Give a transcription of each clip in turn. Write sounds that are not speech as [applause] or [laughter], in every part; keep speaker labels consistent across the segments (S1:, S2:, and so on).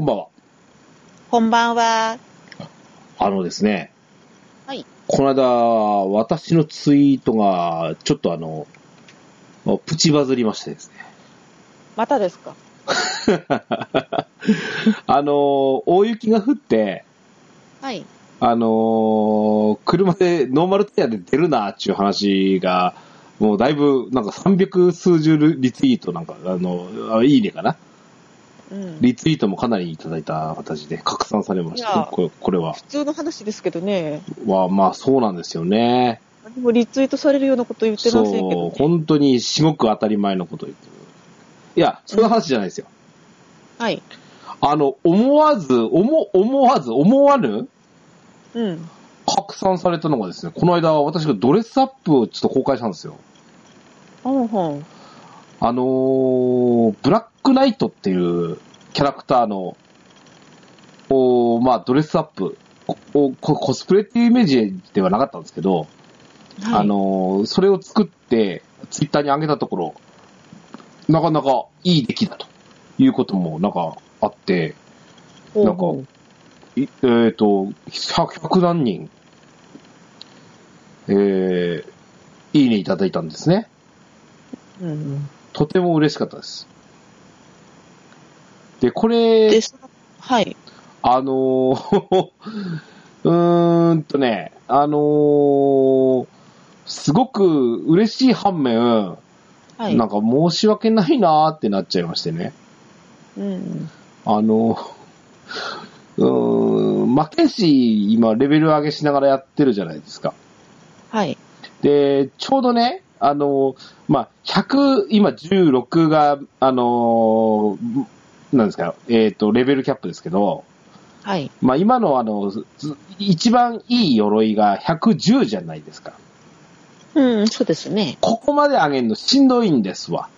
S1: んばんは。
S2: こんばんは。
S1: あのですね。
S2: はい。
S1: この間、私のツイートが、ちょっとあの、プチバズりましてですね。 [laughs]
S2: またですか
S1: あの、大雪が降って、
S2: はい。
S1: あの、車でノーマルタイヤで出るなっていう話が、もうだいぶ、なんか300数十リツイートなんか、あの、あいいねかな。
S2: うん。普
S1: リツイートもかなりいただいた形で拡散されまし
S2: い
S1: た
S2: や
S1: ね。これこれは。
S2: 通の話ですけどね。
S1: は、まあそうなんですよね。
S2: 何もリツイートされるようなこと言ってませんけど、
S1: そう、本当に至極当たり前のことを言ってる。いや、そんな話じゃないですよ。
S2: はい。
S1: あの、思わず、思、思わず、思わぬ
S2: うん。
S1: 拡散されたのがですね、この間私がドレスアップをちょっと公開したんですよ。
S2: ほんほん。
S1: あのー、ブラックナイトっていうキャラクターの、おーまあドレスアップ、こおこコスプレっていうイメージではなかったんですけど、
S2: はい、
S1: あのー、それを作って、ツイッターに上げたところ、なかなかいい出来だということも、なんかあって、
S2: ほう
S1: なんか
S2: ほう、
S1: いえっ、と、100, 100何人、えー、いいねいただいたんですね。
S2: うんうん。
S1: とても嬉しかったです。で、これ
S2: で、、そのはい。
S1: あのー、 [laughs] うーんとね、あのー、すごく嬉しい反面、
S2: はい。
S1: なんか申し訳ないなーってなっちゃいましてね。
S2: うん。
S1: あの、うーん、負けし、今、レベル上げしながらやってるじゃないですか。
S2: はい。
S1: で、ちょうどね、あの、まあ、100、今16が、あの、なんですか、えっ、と、レベルキャップですけど、
S2: はい。
S1: まあ、今のあの、ず一番いい鎧が110じゃないですか。
S2: うん、そうですね。
S1: ここまで上げるのしんどいんですわ。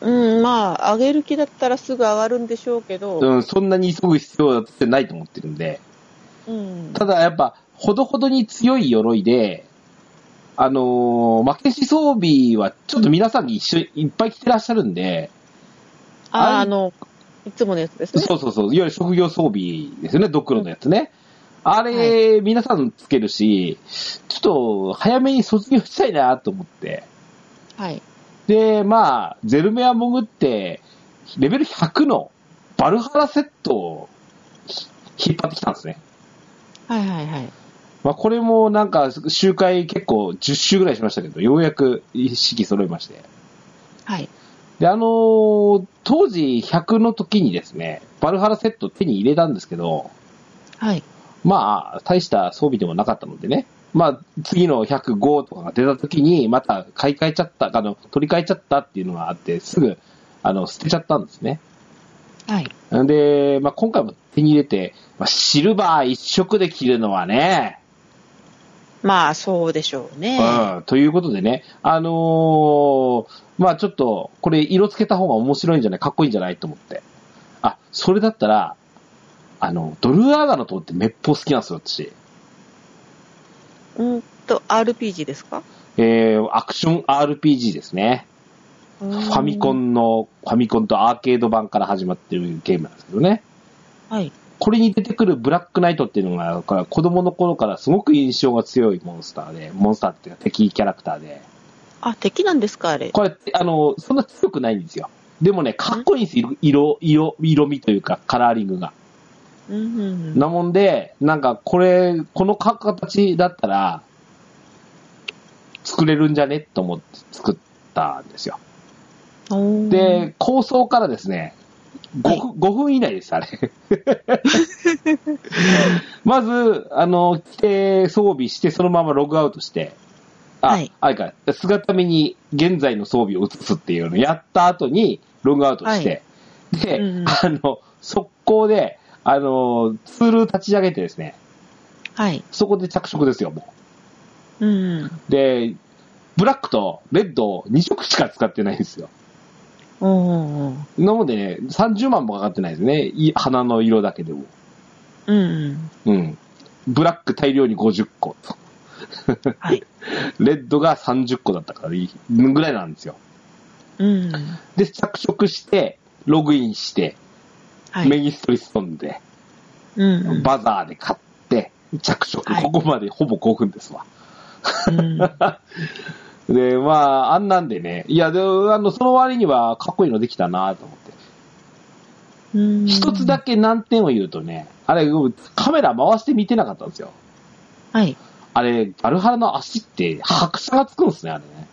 S2: うん、まあ、上げる気だったらすぐ上がるんでしょうけど、
S1: うん、そんなに急ぐ必要だってないと思ってるんで。
S2: うん。
S1: ただやっぱ、ほどほどに強い鎧で、あのー負けし装備はちょっと皆さんに一緒にいっぱい着てらっしゃるんで、
S2: あ、
S1: あ
S2: あの、いつものやつですね。
S1: そうそうそう、いわゆる職業装備ですよね、ドックロのやつね。あれ、皆さんつけるし、ちょっと早めに卒業したいなと思って。
S2: はい。
S1: で、まあ、ゼルメア潜って、レベル100のバルハラセットをひ引っ張ってきたんですね。
S2: はいはいはい。
S1: まあ、これもなんか、周回結構10周ぐらいしましたけど、ようやく一式揃いまして。
S2: はい。
S1: で、あのー当時100の時にですね、バルハラセット手に入れたんですけど、
S2: はい。
S1: まあ、大した装備でもなかったのでね、まあ、次の105とかが出た時に、また買い替えちゃった、あの、取り替えちゃったっていうのがあって、すぐ、あの、捨てちゃったんですね。
S2: はい。
S1: んで、まあ、今回も手に入れて、まあ、シルバー一色で着るのはね、
S2: まあ、そうでしょうね。
S1: うん、ということでね、あのーまあちょっと、これ色付けた方が面白いんじゃないかっこいいんじゃないと思って。あ、それだったら、あの、ドルアーガの塔ってめっぽう好きなんですよ、私。
S2: うんと、RPG ですか
S1: えー、アクション RPG ですね。
S2: フ
S1: ファミコ。ンの、ファミコンとアーケード版から始まってるゲームなんですけどね。
S2: はい。
S1: これに出てくるブラックナイトっていうのが、これは子供の頃からすごく印象が強いモンスターで、モンスターっていうか敵キャラクターで。
S2: あ、敵なんですかあれ。
S1: これ、あの、そんな強くないんですよ。でもね、かっこいいんですよ。色、色、色味というか、カラーリングが。
S2: うんうんうん。
S1: なもんで、なんか、これ、この形だったら、作れるんじゃねと思って作ったんですよ。
S2: おー、
S1: で、構想からですね、5分、5分以内です、あれ。 [laughs] まず、あの、着て、装備して、そのままログアウトして、あ、
S2: はい
S1: あれか、姿見に現在の装備を移すっていうのをやった後に、ログアウトして、で、
S2: うんうん
S1: あの、速攻で、あの、ツール立ち上げてですね、
S2: はい。
S1: そこで着色ですよ、も
S2: うん
S1: う。で、ブラックとレッドを2色しか使ってないんですよ。
S2: うん。おー
S1: なのでね、30万もかかってないですね。い花の色だけでも。
S2: うんうん。
S1: うん。ブラック大量に50個。
S2: はい。
S1: レッドが30個だったからいい、ぐらいなんですよ。
S2: うん。
S1: で、着色して、ログインして、
S2: はい。
S1: メギストリストンで、
S2: うんうん。
S1: バザーで買って、着色、
S2: はい
S1: ここまでほぼ5分ですわ。
S2: うん
S1: で、まあ、あんなんでね、いや、で、あの、その割にはかっこいいのできたなと思って。
S2: うん
S1: 一つだけ難点を言うとね、あれ、カメラ回して見てなかったんですよ。
S2: はい。
S1: あれ、アルハラの足って拍車がつくんですね、あれね。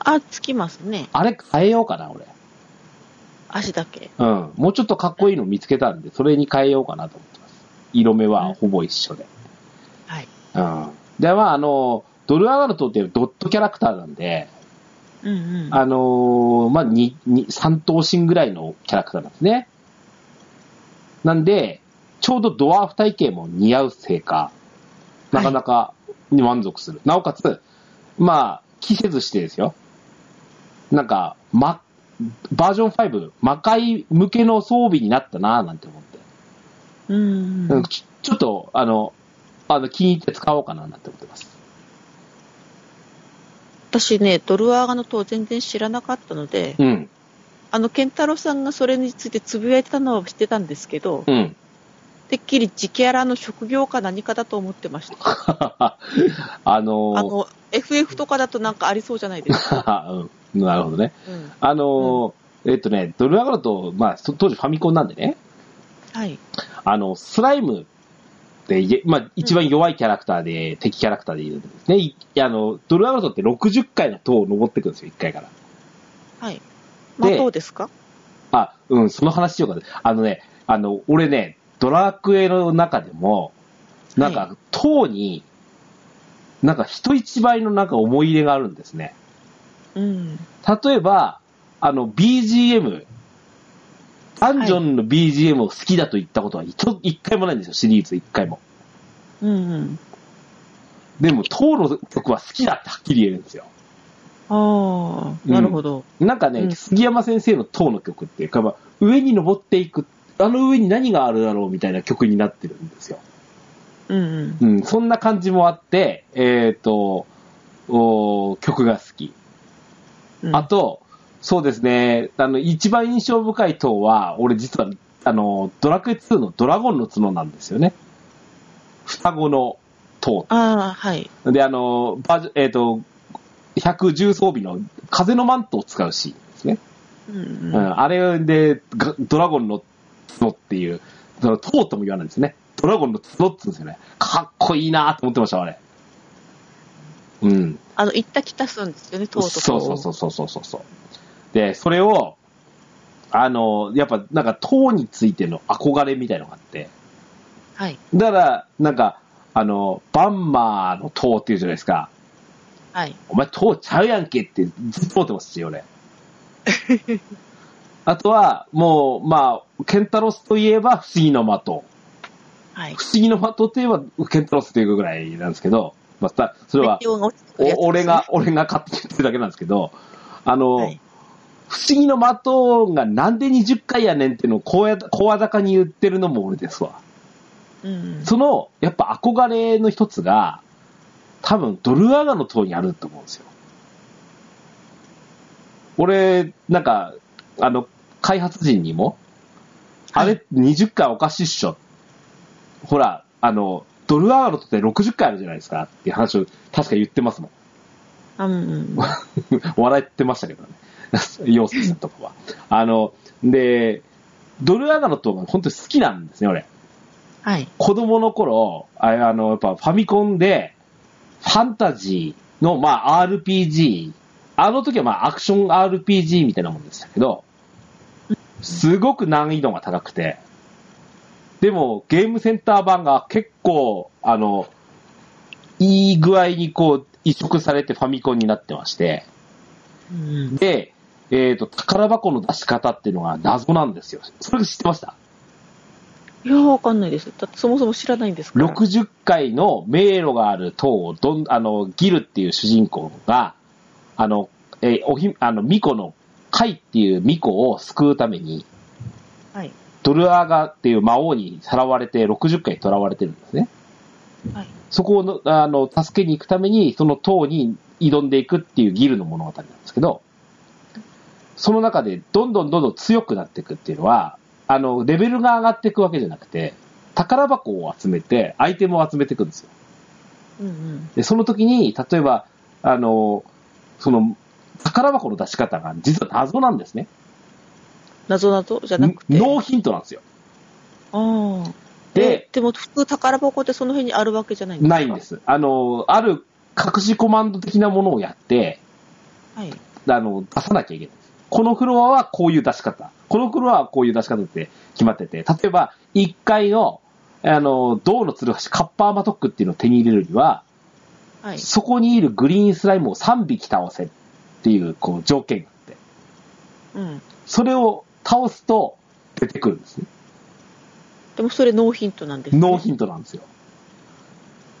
S2: あ、つきますね。
S1: あれ変えようかな、俺。
S2: 足だけ。
S1: うん。もうちょっとかっこいいの見つけたんで、それに変えようかなと思ってます。色目はほぼ一緒で。
S2: はい。
S1: うん。で、まあ、あの、ドルアガルトっていうドットキャラクターなんで、
S2: うんうん。
S1: あのーまあ、に、に、三頭身ぐらいのキャラクターなんですね。なんで、ちょうどドワーフ体型も似合うせいか、なかなかに満足する。なおかつ、まあ、着せずしてですよ。なんか、ま、バージョン5、魔界向けの装備になったなぁなんて思って。
S2: うん
S1: う
S2: うん
S1: ん、ちちょっと、あの、あの、気に入って使おうかななんて思ってます。
S2: 私ね、ドルアーガの塔全然知らなかったので、
S1: うん、
S2: あの、ケンタロウさんがそれについてつぶやいてたのは知ってたんですけど、
S1: うん。 [laughs]
S2: てっきり直キャラの職業か何かだと思ってました。
S1: あのー
S2: あの、FF とかだとなんかありそうじゃないです
S1: [laughs]
S2: か。
S1: うん、なるほどね。
S2: うん。
S1: あのーえっとね、ドルアガロと、まあ、そ当時ファミコンなんでね、
S2: はい。
S1: あの、スライムっていえ、まあ、一番弱いキャラクターで、敵キャラクターでいるんですね。いあの、ドルアガロトって60回の塔を登っていくんですよ、1回から。
S2: はい。まあ、どうですか
S1: あ、うん、その話しようか。あのね、あの、俺ね、ドラクエの中でも、なん
S2: は
S1: か、塔に、なんか人一倍のなんか思い入れがあるんですね。
S2: うん。
S1: 例えば、あの、BGM、ダンジョンの BGM を好きだと言ったことは一一回もないんですよ、シリーズ一回も。
S2: うんうん。
S1: でも、当の曲は好きだってはっきり言えるんですよ。
S2: ああ、なるほど。
S1: なんかね、
S2: うん
S1: 杉山先生の当の曲っていうか、まあ、上に登っていく、あの上に何があるだろうみたいな曲になってるんですよ。
S2: うんうん。
S1: うん、そんな感じもあって、えっ、と、お曲が好き。
S2: うん
S1: あと、そうですね、あの、一番印象深い塔は、俺実は、あの、ドラクエ2のドラゴンの角なんですよね。双子の塔。
S2: ああ、はい。
S1: で、あの、バージョン、えっ、と、110装備の風のマントを使うシーンですね。
S2: うん
S1: う
S2: うん。
S1: ん、あれで、がドラゴンの角っていう、その塔とも言わないんですね。ドラゴンの角って言うんですよね。かっこいいなと思ってました、あれ。うん。
S2: あの、行った来たするんですよね、塔とかを。
S1: そうそうそうそうそうそうそう。で、それを、あの、やっぱなんか塔についての憧れみたいのがあって、
S2: はい。
S1: だから、なんか、あの、バンマーの塔っていうじゃないですか。
S2: はい。
S1: お前塔ちゃうやんけってずっと思ってますし、
S2: [laughs]
S1: 俺。あとは、もう、まあ、ケンタロスといえば不思議の的。
S2: はい。
S1: 不思議の的といえばケンタロスというぐらいなんですけど、また、それは、
S2: メテオが落ちてくるやつですね
S1: お俺が、、俺が勝手に言ってるだけなんですけど、あの、
S2: はい。
S1: 不思議の的がなんで20回やねんっていうのを声声高に言ってるのも俺ですわ。
S2: うん。
S1: その、やっぱ憧れの一つが、多分ドルアガの塔にあると思うんですよ。俺、なんか、あの、開発陣にも、あ
S2: はい
S1: れ20回おかしいっしょ。ほら、あの、ドルアガの塔って60回あるじゃないですかっていう話を確か言ってますもん。
S2: うん
S1: [laughs]
S2: うん。
S1: 笑ってましたけどね。 [laughs] 陽介さんとかは。あの、で、ドルアガノとか本当に好きなんですね、俺。
S2: はい。
S1: 子供の頃、ああの、やっぱファミコンで、ファンタジーの、まあ、RPG、あの時はまあ、アクション RPG みたいなもんでしたけど、すごく難易度が高くて、でも、ゲームセンター版が結構、あの、いい具合にこう、移植されてファミコンになってまして、
S2: うん。
S1: で、えっ、と、宝箱の出し方っていうのが謎なんですよ。それ知ってました
S2: いや、わかんないです。だってそもそも知らないんですから。
S1: 60回の迷路がある塔をどん、あの、ギルっていう主人公が、あの、えーおひ、あの、巫女の、カイっていう巫女を救うために、
S2: はい。
S1: ドルアーガっていう魔王にさらわれて、60回囚われてるんですね。
S2: はい。
S1: そこをの、あの、助けに行くために、その塔に挑んでいくっていうギルの物語なんですけど、その中でどんどんどんどん強くなっていくっていうのは、あの、レベルが上がっていくわけじゃなくて、宝箱を集めて、アイテムを集めていくんですよ。
S2: うんうん。
S1: で、その時に、例えば、あの、その、宝箱の出し方が実は謎なんですね。
S2: 謎謎じゃな
S1: ノ
S2: くて。
S1: ーヒントなんですよ。
S2: ああ。
S1: で
S2: で、でも普通宝箱ってその辺にあるわけじゃないんですか
S1: ないんで。す。あの、ある隠しコマンド的なものをやって、
S2: はい。
S1: あの、出さなきゃいけない。このフロアはこういう出し方。このフロアはこういう出し方って決まってて、例えば、1階の、あの、銅のつるはし、カッパーマトックっていうのを手に入れるには、
S2: はい。
S1: そこにいるグリーンスライムを3匹倒せっていう、こう、条件があって、
S2: うん。
S1: それを倒すと出てくるんですね。
S2: でもそれノーヒントなんです、
S1: ノー
S2: ン
S1: ヒントなんですよ。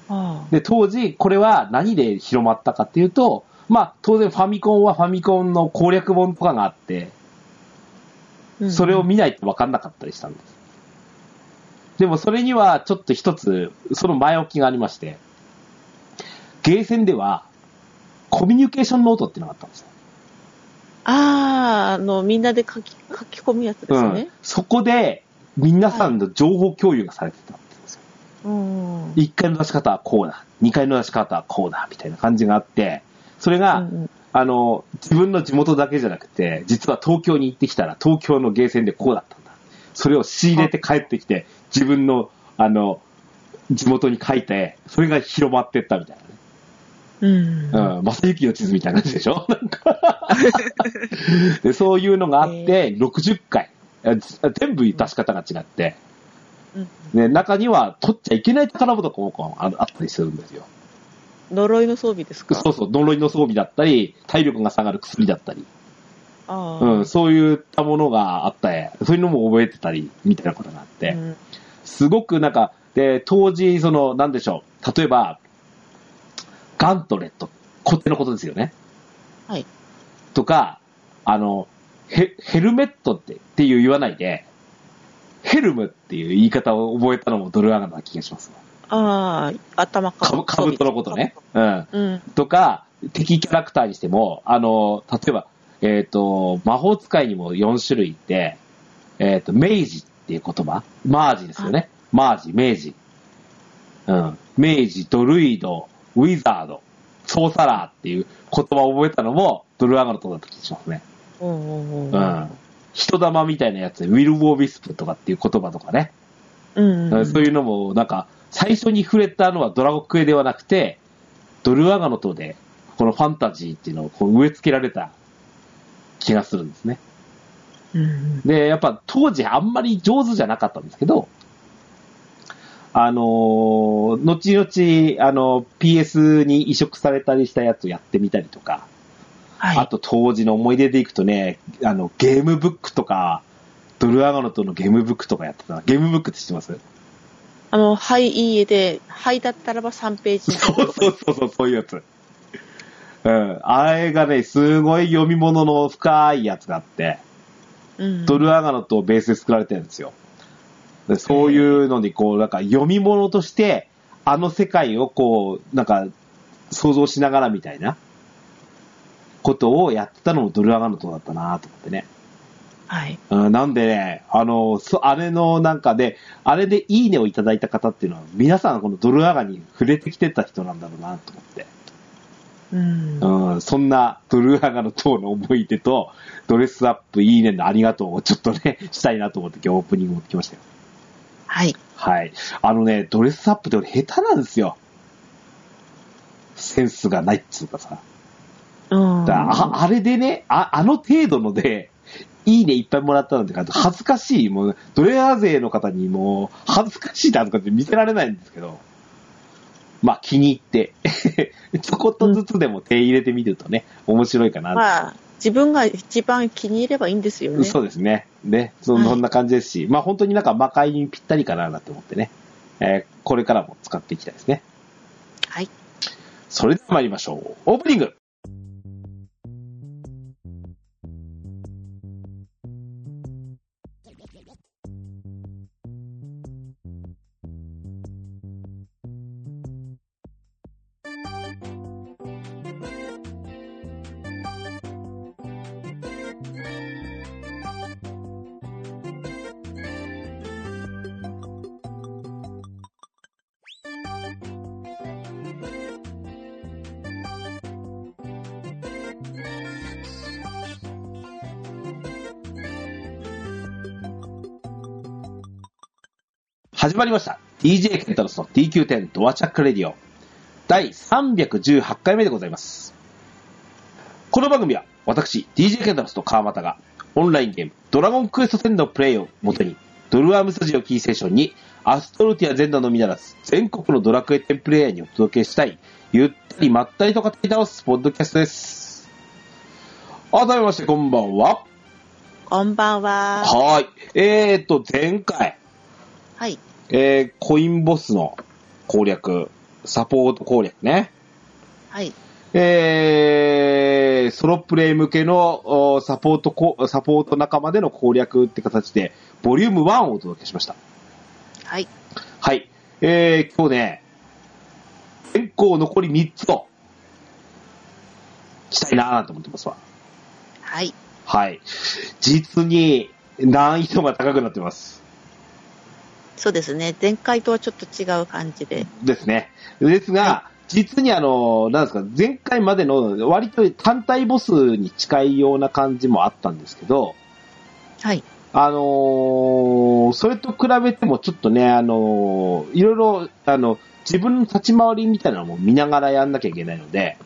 S2: ト。あ
S1: で、当時、これは何で広まったかっていうと、まあ、当然ファミコンはファミコンの攻略本とかがあって、
S2: あ。
S1: それを
S2: うん
S1: 見ないと分かんなかったりしたんです。でもそれにはちょっと一つ、その前置きがありまして、ゲーセンでは、コミュニケーションノートっていうのがあったんですよ。
S2: ああ、あの、みんなで書き、書き込むやつです
S1: うん
S2: ね。。
S1: そこで、皆さんの情報共有がされてたんですよ。
S2: うん。
S1: 1回の出し方はこうだ、2回の出し方はこうだ、みたいな感じがあって、それが、
S2: うんうん
S1: あの、自分の地元だけじゃなくて、実は東京に行ってきたら、東京のゲーセンでこうだったんだ。それを仕入れて帰ってきて、自分の、あの、地元に書いて、それが広まってったみたいなね。
S2: うん。
S1: うん、正幸の地図みたいな感じでしょなんかで。そういうのがあって、60回。えず全部出し方が違って、
S2: うん
S1: ね、中には取っちゃいけない宝物とかもああったりするんですよ。
S2: 呪いの装備ですか
S1: そうそう、呪いの装備だったり、体力が下がる薬だったり。
S2: ああ。
S1: うん、そういったものがあったりそういうのも覚えてたり、みたいなことがあって、
S2: うん
S1: すごくなんか、で、当時、その、なんでしょう、例えば、ガントレット、こってのことですよね。
S2: はい。
S1: とか、あの、ヘヘルメットって、っていう言わないで、ヘルムっていう言い方を覚えたのもドルアガな気がします。
S2: ああ、頭か
S1: かぶ、かぶとのことね。。うん。
S2: うん。
S1: とか、敵キャラクターにしても、あの、例えば、えっ、と、魔法使いにも4種類いて、えっ、と、明治っていう言葉マージですよね。マージ、明治。うん。明治、ドルイド、ウィザード、ソーサラーっていう言葉を覚えたのも、ドルアガのとだった気がしますね。
S2: うんうん
S1: う
S2: うんん。。
S1: 人玉みたいなやつ、ウィル・ウォービスプとかっていう言葉とかね。
S2: うんうん。
S1: そういうのも、なんか、最初に触れたのはドラゴクエではなくて、ドルアガの塔で、このファンタジーっていうのをこう植え付けられた気がするんですね。
S2: うんうん。
S1: で、やっぱ当時あんまり上手じゃなかったんですけど、あのー後々、あの、PS に移植されたりしたやつをやってみたりとか、
S2: はい。
S1: あと当時の思い出でいくとね、あの、ゲームブックとか、ドルアガの塔のゲームブックとかやってた。ゲームブックって知ってます
S2: あの、はい、いいえで、はいだったらば3ページ。
S1: そうそうそうそう、そういうやつ。うん。あれがね、すごい読み物の深いやつがあって、
S2: うん。
S1: ドルアガノとベースで作られてるんですよ。でそういうのに、こう、なんか読み物として、あの世界をこう、なんか、想像しながらみたいな、ことをやってたのもドルアガノとだったなと思ってね。
S2: はい。
S1: うん、なんでね、あの、そあれのなんかで、あれでいいねをいただいた方っていうのは、皆さんこのドルアガに触れてきてた人なんだろうなと思って。
S2: うん。
S1: うん、そんなドルアガの塔の思い出と、ドレスアップいいねのありがとうをちょっとね、 [laughs] したいなと思って今日オープニング持ってきましたよ。
S2: はい。
S1: はい。あのね、ドレスアップって俺下手なんですよ。センスがないっつうかさ。
S2: うん。
S1: だああれでねあ、あの程度ので、いいねいっぱいもらったなんて恥ずかしい、もう、ドレア勢の方にもう、恥ずかしいなとかって見せられないんですけど、まあ気に入って、 [laughs] ちょこっとずつでも手入れてみるとね、面白いかなと
S2: まあ、自分が一番気に入ればいいんですよね。
S1: そうですね。ね、そ
S2: はい
S1: そんな感じですし、まあ本当になんか魔界にぴったりかななんて思ってね、えーこれからも使っていきたいですね。
S2: はい。
S1: それでは参りましょう。オープニング始まりました。DJ ケンタロスの DQ10 ドアチャックレディオ第318回目でございます。この番組は私、DJ ケンタロスと川又がオンラインゲームドラゴンクエスト10のプレイをもとにドルアームスタジオキーセーションにアストルティア全土のみならず全国のドラクエ10プレイヤーにお届けしたいゆったりまったりと語り倒すポッドキャストです。改めましてこんばんは。
S2: こんばんは。
S1: はーい。えーと、前回、
S2: はい。
S1: えー、コインボスの攻略、サポート攻略ね。
S2: はい。
S1: えー、ソロプレイ向けのおサポートこ、サポート仲間での攻略って形で、ボリューム1をお届けしました。
S2: はい。
S1: はい。えー、今日ね、先行残り3つと、したいなーと思ってますわ。
S2: はい。
S1: はい。実に難易度が高くなってます。
S2: そうですね。前回とはちょっと違う感じで。
S1: ですね。ですが、実にあの、なんですか、前回までの割と単体ボスに近いような感じもあったんですけど、
S2: はい。
S1: あのーそれと比べてもちょっとね、あのーいろいろ、あの、自分の立ち回りみたいなのも見ながらやんなきゃいけないので、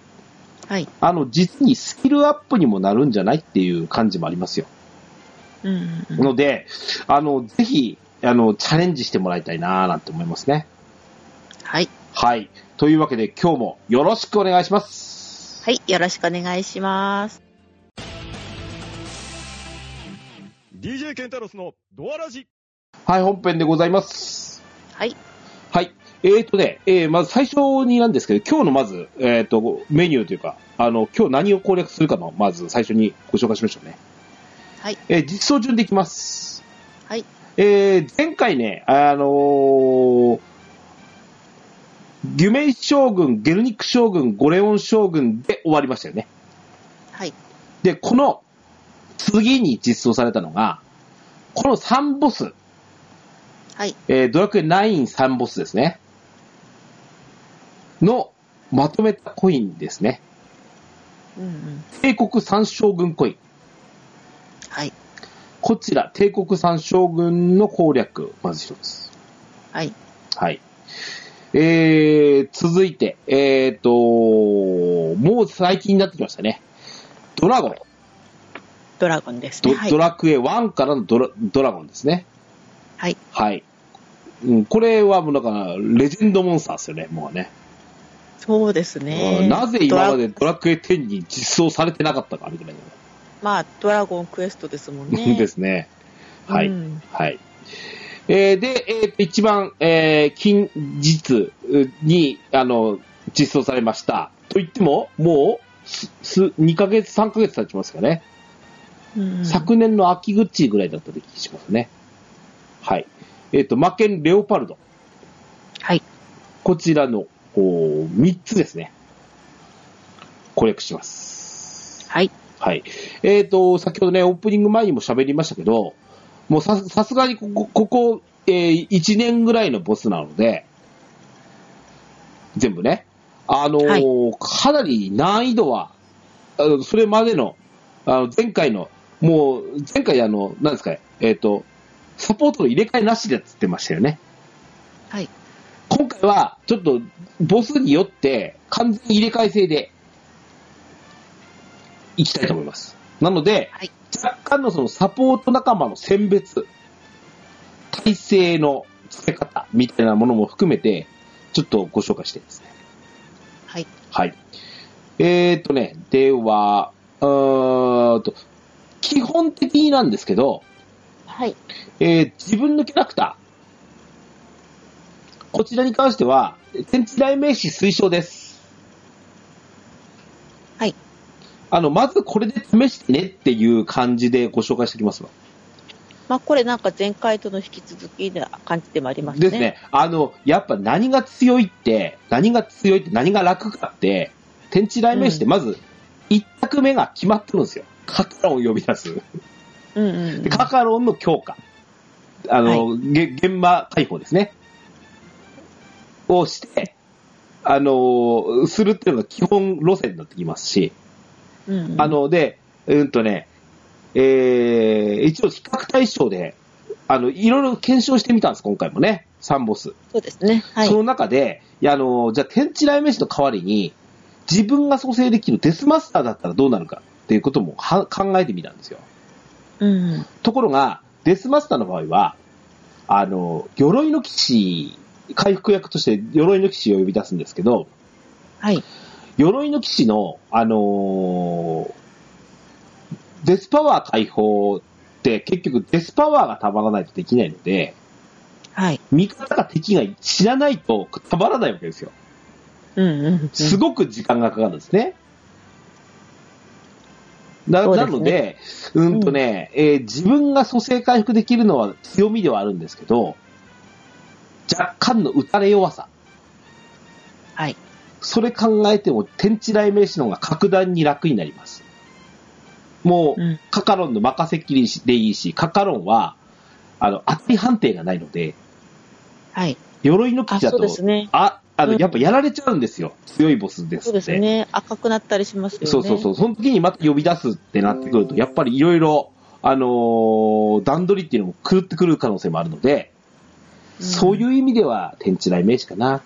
S2: はい。
S1: あの、実にスキルアップにもなるんじゃないっていう感じもありますよ。
S2: うんうんうん。
S1: ので、あの、ぜひ、あの、チャレンジしてもらいたいなーなんて思いますね。
S2: はい。
S1: はい。というわけで今日もよろしくお願いします。
S2: はい。よろしくお願いします。
S3: DJ ケンタロスのドアラジ。
S1: はい、本編でございます。
S2: はい。
S1: はい。えーとね、えーまず最初になんですけど、今日のまず、えーと、メニューというか、あの、今日何を攻略するかの、まず最初にご紹介しましょうね。
S2: はい。
S1: えー実装順でいきます。
S2: はい。
S1: えー前回ね、あのー、ギュメイ将軍、ゲルニック将軍、ゴレオン将軍で終わりましたよね。
S2: はい。
S1: で、この次に実装されたのが、この3ボス、
S2: はい。
S1: えードラクエ9-3ボスですね。の、まとめたコインですね。
S2: うんうん。
S1: 帝国三将軍コイン。
S2: はい。
S1: こちら、帝国三将軍の攻略、まず一つ。
S2: はい。
S1: はい。えー、続いて、えーと、もう最近になってきましたね。ドラゴン。
S2: ドラゴンです
S1: ド
S2: ね。はい
S1: ド。ラクエ1からのドラドラゴンですね。
S2: はい。
S1: はい。うん、これはもうだから、レジェンドモンスターですよね、もうね。
S2: そうです
S1: う
S2: ね。
S1: んなぜ今ま
S2: ドラ
S1: でドラクエ10に実装されてなかったか、みたいな。
S2: まあ、ドラゴンクエストですもんね。
S1: [laughs] ですね。はい。
S2: うん
S1: はい。えーで、えーと一番、えー近日に、あの、実装されました。と言っても、もう、す、す、2ヶ月、3ヶ月経ちますかね。
S2: うんうん
S1: 昨年の秋口ぐらいだった気がしますね。はい。えっ、と、魔剣レオパルド。
S2: はい。
S1: こちらの、お3つですね。攻略します。
S2: はい。
S1: はい。えっ、と、先ほどね、オープニング前にも喋りましたけど、もうさ、さすがにここ、ここ、え1年ぐらいのボスなので、全部ね、あのー
S2: はい
S1: かなり難易度は、あのそれまでの、あの、前回の、もう、前回あの、なんですかね、えっ、と、サポートの入れ替えなしでって言ってましたよね。
S2: はい。
S1: 今回は、ちょっと、ボスによって、完全に入れ替え制で、いきたいと思います。なので、
S2: はい
S1: 若干のそのサポート仲間の選別、体制の付け方みたいなものも含めて、ちょっとご紹介してですね。
S2: はい。
S1: はい。えーっとね、では、うーんと、基本的になんですけど、
S2: はい。
S1: えー自分のキャラクター。こちらに関しては、天地代名詞推奨です。
S2: はい。
S1: あの、まずこれで試してねっていう感じでご紹介してきますわ。
S2: まあ、これなんか前回との引き続きな感じでもありますね。
S1: です。ね。あの、やっぱ何が強いって、何が強いって何が楽かって、天地代名詞ってまず、一択目が決まってるんですよ。カカロンを呼び出す。
S2: うんうん、う
S1: で
S2: ん。
S1: カカロンの強化。あの、げ現場解放ですね。をして、あのーするっていうのが基本路線になってきますし、
S2: うんうん
S1: あ、の、で、うんとね、えー、一応比較対象で、あの、いろいろ検証してみたんです、今回もね。三ボス。
S2: そうですね。はい
S1: そ。の中で、いや、あの、じゃあ、天地雷鳴士の代わりに、自分が蘇生できるデスマスターだったらどうなるかっていうこともは考えてみたんですよ。
S2: うん。
S1: ところが、デスマスターの場合は、あの、鎧の騎士、回復役として鎧の騎士を呼び出すんですけど、
S2: はい。
S1: 鎧の騎士の、あのーデスパワー解放って結局デスパワーがたまらないとできないので、
S2: はい。
S1: 味方か敵が知らないとたまらないわけですよ。
S2: うんうん。
S1: すごく時間がかかるんですね。な
S2: そうで
S1: な
S2: すね
S1: ので、うんとね、えー自分が蘇生回復できるのは強みではあるんですけど、若干の打たれ弱さ。
S2: はい。
S1: それ考えても、天地雷鳴士の方が格段に楽になります。もう、
S2: うん
S1: カカロンの任せっきりでいいし、カカロンは、あの、当たり判定がないので、
S2: はい。
S1: 鎧の
S2: あ、
S1: 騎士だ
S2: そう
S1: と
S2: で、すね。
S1: あ、あの、
S2: うん
S1: やっぱやられちゃうんですよ。強いボスです
S2: そ
S1: っ
S2: う
S1: て。
S2: ですね。赤くなったりしますよね。
S1: そうそうそう。その時にまた呼び出すってなってくると、やっぱりいろいろ、あのー段取りっていうのも狂ってくる可能性もあるので、
S2: うん
S1: そういう意味では天地雷鳴士かな。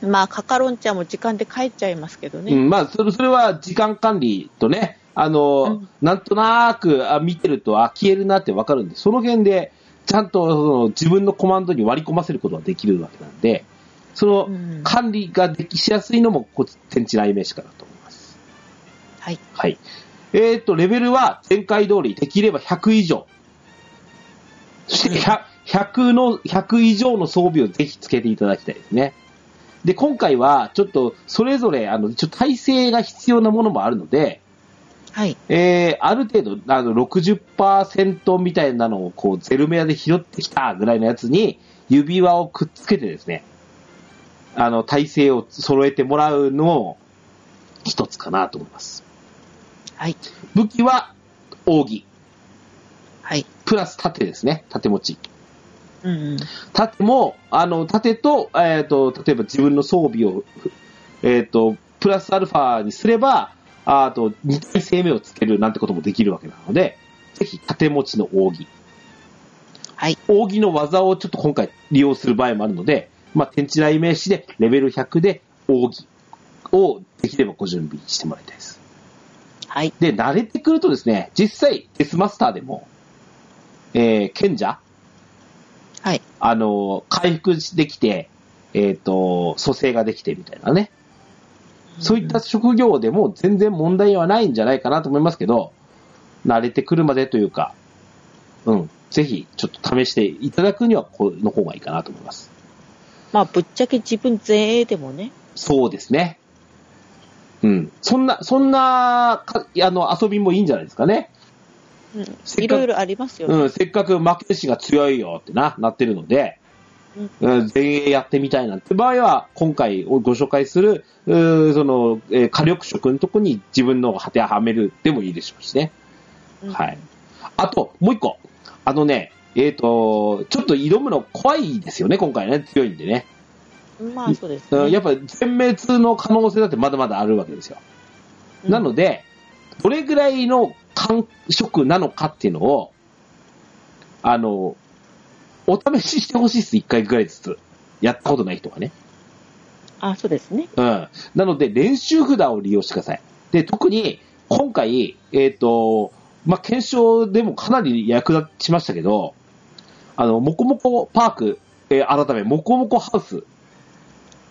S2: まあ、カカロンちゃんも時間で帰っちゃいますけど
S1: う
S2: ね。
S1: ん、まあ、それ、それは時間管理とね、あのー
S2: うん
S1: なんとなく、あ、見てると、あ、消えるなってわかるんで、その辺で、ちゃんとその自分のコマンドに割り込ませることができるわけなんで、その
S2: うん
S1: 管理ができしやすいのも、こっち天地雷鳴士かなと思います。
S2: はい。
S1: はい。えっ、と、レベルは前回通り、できれば100以上。そして100、100の、100以上の装備をぜひつけていただきたいですね。で、今回は、ちょっと、それぞれ、あの、ちょっと耐性が必要なものもあるので、
S2: はい。
S1: えー、ある程度、あの、60%みたいなのを、こう、ゼルメアで拾ってきたぐらいのやつに、指輪をくっつけてですね、あの、体勢を揃えてもらうのを、一つかなと思います。
S2: はい。
S1: 武器は扇、
S2: はい。
S1: プラス盾ですね、盾持ち。
S2: うんうん。
S1: 盾も、あの、盾と、えっ、と、例えば自分の装備を、えっ、と、プラスアルファにすれば、ああと、2体生命をつけるなんてこともできるわけなので、ぜひ、盾持ちの扇。
S2: はい。
S1: 扇の技をちょっと今回利用する場合もあるので、まあ、天地雷鳴士でレベル100で扇をできればご準備してもらいたいです。
S2: はい。
S1: で、慣れてくるとですね、実際、デスマスターでも、えー、賢者、
S2: はい。
S1: あのー、回復できて、えっ、と、蘇生ができてみたいなね。そういった職業でも全然問題はないんじゃないかなと思いますけど、慣れてくるまでというか、うん、ぜひ、ちょっと試していただくには、この方がいいかなと思います。
S2: まあ、ぶっちゃけ自分前衛でもね。
S1: そうですね。うん。そんな、そんな、かあの、遊びもいいんじゃないですかね。
S2: うん
S1: せっか。く
S2: いろいろありますよね。
S1: うん、せっかく負け師が強いよってな、なってるので、うん、前衛やってみたいなって場合は、今回ご紹介する、うーその、えー火力色のとこに自分の当てはめるでもいいでしょうしね。
S2: うん
S1: はい。あと、もう一個。あのね、えっ、と、ちょっと挑むの怖いですよね、今回ね。強いんでね。
S2: まあ、そうです
S1: うん
S2: ね。
S1: やっぱ全滅の可能性だってまだまだあるわけですよ。
S2: うん
S1: なので、どれぐらいの感触なのかっていうのを、あの、お試ししてほしいです、一回ぐらいずつ。やったことない人がね。
S2: あ、そうですね。
S1: うん。なので、練習札を利用してください。で、特に、今回、えっ、と、まあ、検証でもかなり役立ちましたけど、あの、もこもこパーク、えー改め、もこもこハウス。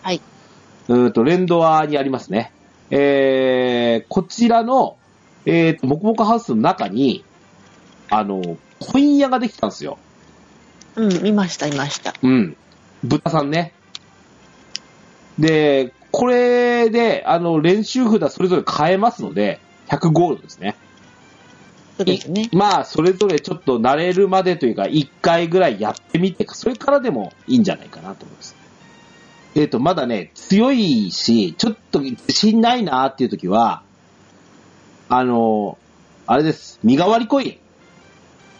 S2: はい。
S1: うーんと、連ドアにありますね。えー、こちらの、えーと、もこもこハウスの中に、あの、コイン屋ができたんですよ。
S2: うん、見ました、見ました。
S1: うん。豚さんね。で、これで、あの、練習札それぞれ変えますので、100ゴールドですね。
S2: そうですね。
S1: まあ、それぞれちょっと慣れるまでというか、1回ぐらいやってみて、それからでもいいんじゃないかなと思います。えっ、と、まだね、強いし、ちょっと自信ないなーっていう時は、あの、あれです。身代わりコイ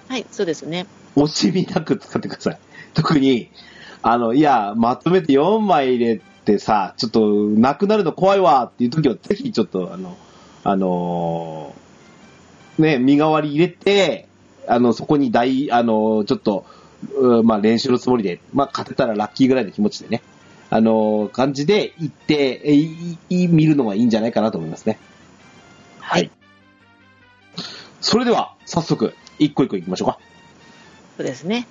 S1: ン。
S2: はい、そうですね。
S1: 惜しみなく使ってください。 [laughs] 特に、あの、いや、まとめて4枚入れてさ、ちょっと、なくなるの怖いわっていう時は、ぜひちょっと、あの、あのーね、身代わり入れて、あの、そこに大、あの、ちょっと、うんまあ、練習のつもりで、まあ、勝てたらラッキーぐらいの気持ちでね、あのー感じで行って、えいい見るのがいいんじゃないかなと思いますね。
S2: はい。
S1: それでは、早速、一個一個行きましょうか。
S2: そうですね。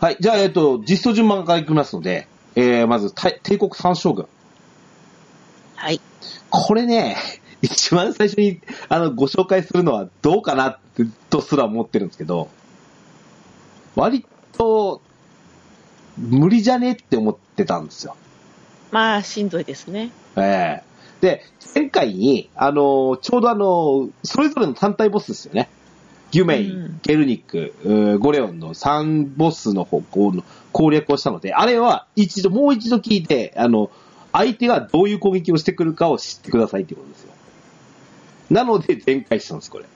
S1: はい。じゃあ、えっと、実装順番からいきますので、えー、まず、た帝国三将軍。
S2: はい。
S1: これね、 [laughs] 一番最初に、あの、ご紹介するのはどうかなって、とすら思ってるんですけど、割と、無理じゃねって思ってたんですよ。
S2: まあ、しんどいですね。
S1: ええで、前回に、あの、ちょうどあの、それぞれの単体ボスですよね。ギュメイン、
S2: うん
S1: ゲルニック、うーゴレオンの3ボスの方向の攻略をしたので、あれは一度、もう一度聞いて、あの、相手がどういう攻撃をしてくるかを知ってくださいってことですよ。なので、前回したんです、これ。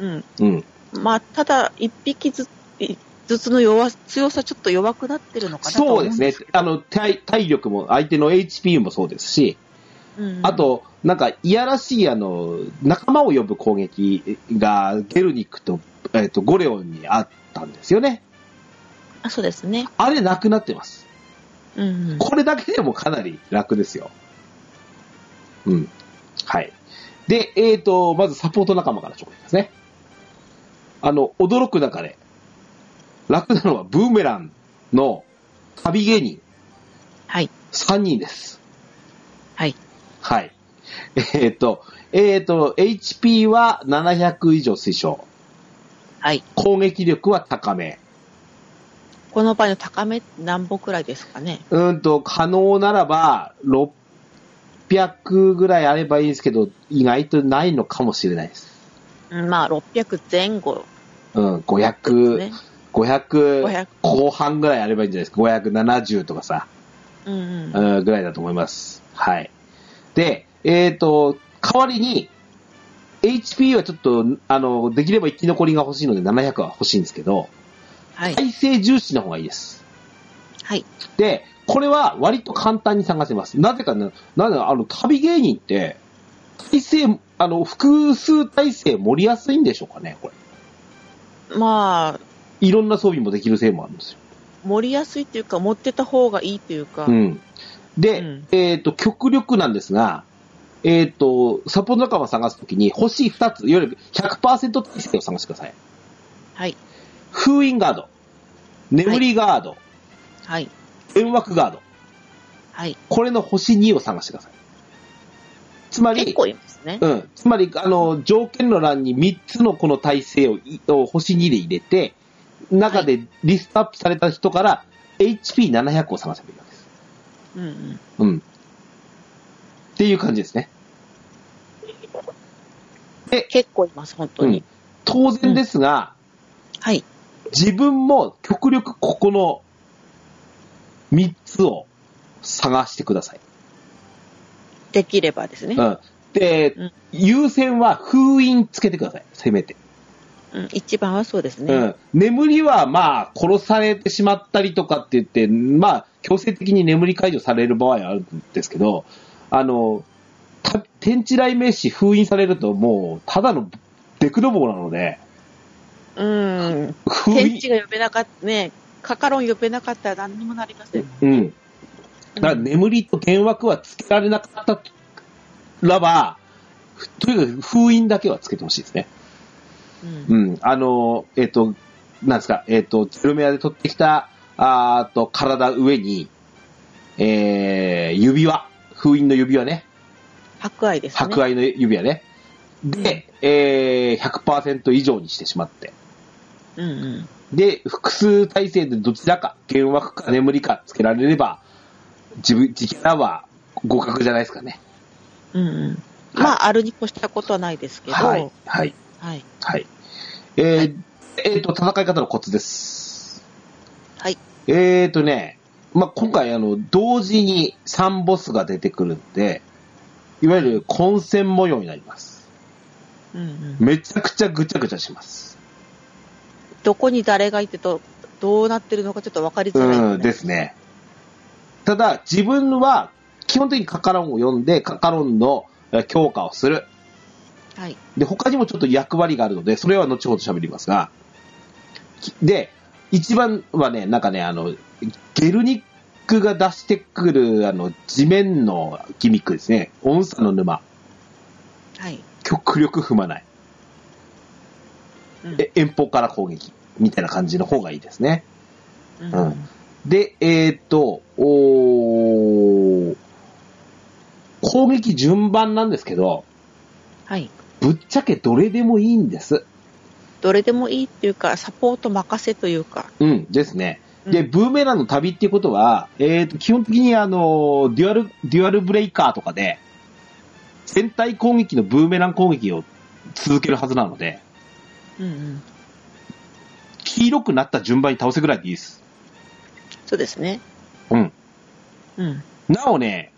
S2: うん。
S1: うん。
S2: まあ、ただ、一匹ずいずつの弱強さ、ちょっと弱くなってるのかなと思
S1: そうですね
S2: ん。
S1: あの、体体力も、相手の HP もそうですし、
S2: うん
S1: あ、と、なんか、いやらしい、あの、仲間を呼ぶ攻撃が、ゲルニックと、えっ、と、ゴレオンにあったんですよね。
S2: あそうですね。
S1: あれなくなってます。
S2: うん。
S1: これだけでもかなり楽ですよ。うん。はい。で、えっ、と、まずサポート仲間から紹介ですね。あの、驚く中で、楽なのはブーメランの旅芸人
S2: はい。
S1: 3人です。
S2: はい。
S1: はい。えーっ、と、えーっ、と、HP は700以上推奨。
S2: はい。
S1: 攻撃力は高め。
S2: この場合の高め、何歩くらいですかね。
S1: うーんと、可能ならば、600ぐらいあればいいですけど、意外とないのかもしれないです。
S2: うんまあ、600前後
S1: うん、
S2: です
S1: 500、
S2: ね。
S1: 500
S2: 500
S1: 後半ぐらいあればいいんじゃないですか。570とかさ、
S2: うんうん。
S1: うん、ぐらいだと思います。はい。で、えーっ、と、代わりに、HP はちょっと、あの、できれば生き残りが欲しいので700は欲しいんですけど、
S2: はい。
S1: 耐性重視の方がいいです。
S2: はい。
S1: で、これは割と簡単に探せます。なぜかな、なぜかあの、旅芸人って、体制、あの、複数体制盛りやすいんでしょうかね、これ。
S2: まあ、
S1: いろんな装備もできるせいもあるんですよ。
S2: 盛りやすいというか、持ってた方がいいというか、
S1: うん。で、
S2: うん
S1: えっ、と、極力なんですが、えっ、と、サポート仲間を探すときに、欲しい2つ、いわゆる100%体制を探してください。
S2: はい。
S1: 封印ガード、眠りガード、
S2: はい。
S1: 煙幕ガード、
S2: はい。
S1: これの星2を探してください。つまり、
S2: 結構いますね。
S1: うん。つまり、あの、条件の欄に3つのこの体制をいを星2で入れて、中でリストアップされた人から HP700 を探せばいいわけです。
S2: うんうん。
S1: うん。っていう感じですね。
S2: 結構います、本当
S1: う
S2: に
S1: ん。。当然ですが、
S2: はい。
S1: 自分も極力ここの3つを探してください。
S2: できればですね
S1: う。ん。で、
S2: うん
S1: 優先は封印つけてください。せめて。
S2: うん。一番はそうです
S1: う
S2: ね。
S1: ん、眠りは、まあ、殺されてしまったりとかって言って、まあ、強制的に眠り解除される場合はあるんですけど、あの、た天地雷鳴詞封印されると、もう、ただのデクドボーなので、
S2: うん。
S1: 封
S2: 天地
S1: 印、
S2: が呼べなかった、ね、カカロン呼べなかったら何にもなりません。
S1: うん。だから眠りと幻惑はつけられなかったらば、とにかく封印だけはつけてほしいですね。
S2: うん。
S1: うん、あの、えっ、と、なんですか、えっ、と、ゼロメアで取ってきた、あーっと、体上に、えー、指輪、封印の指輪ね、
S2: 博愛ですね。
S1: 博愛の指輪ね。で、えー、100%以上にしてしまって。
S2: うんうん。
S1: で、複数体制でどちらか、幻惑か眠りかつけられれば、自分、自キャラは合格じゃないですかね。
S2: うんうん。まあ、あるに越したことはないですけど、は
S1: はいい。。はい。
S2: はい。
S1: はい。えー、えーと、戦い方のコツです。
S2: はい。
S1: えーとね、まあ、今回あの、同時に3ボスが出てくるんで、いわゆる混戦模様になります。
S2: うんうん。
S1: めちゃくちゃぐちゃぐちゃします。
S2: どこに誰がいてと、どうなってるのかちょっと分かりづらい、。
S1: うん、ですすね。ただ、自分は基本的にカカロンを読んで、カカロンのえ強化をする。
S2: はい。
S1: で、他にもちょっと役割があるので、それは後ほど喋りますが。きで、一番はね、なんかね、あの、ゲルニックが出してくる、あの、地面のギミックですね。音差の沼。
S2: はい。
S1: 極力踏まない。
S2: うん
S1: え遠方から攻撃。みたいな感じの方がいいですね。
S2: うん
S1: うんで、えーっと、おー攻撃順番なんですけど、
S2: はい。
S1: ぶっちゃけどれでもいいんです。
S2: どれでもいいっていうか、サポート任せというか。
S1: うん、ですね。
S2: うん
S1: で、ブーメランの旅っていうことは、えーと、基本的にあの、デュアル、デュアルブレイカーとかで、全体攻撃のブーメラン攻撃を続けるはずなので、
S2: うんうん。
S1: 黄色くなった順番に倒せぐらいでいいです。
S2: そうですね。
S1: うん。
S2: うん。
S1: なおね、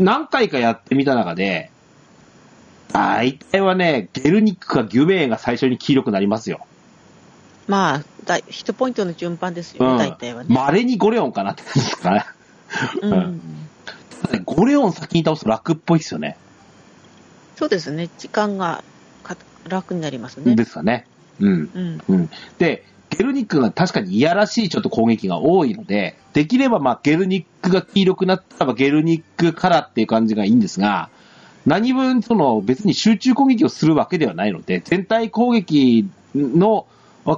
S1: お何回かやってみた中で、大体はね、ゲルニックかギュベーンが最初に黄色くなりますよ。
S2: まあ、だいヒットポイントの順番ですよ、
S1: うん
S2: 大体はね。
S1: 稀にゴレオンかなって感じですかね。 [laughs]
S2: うん
S1: うただねゴレオン先に倒すと楽っぽいですよね。
S2: そうですね。時間がか楽になりますね。
S1: ですかね。うん。
S2: うん。
S1: で、ゲルニックが確かにいやらしいちょっと攻撃が多いので、できればまあゲルニックが黄色くなったらゲルニックからっていう感じがいいんですが、何分その別に集中攻撃をするわけではないので、全体攻撃の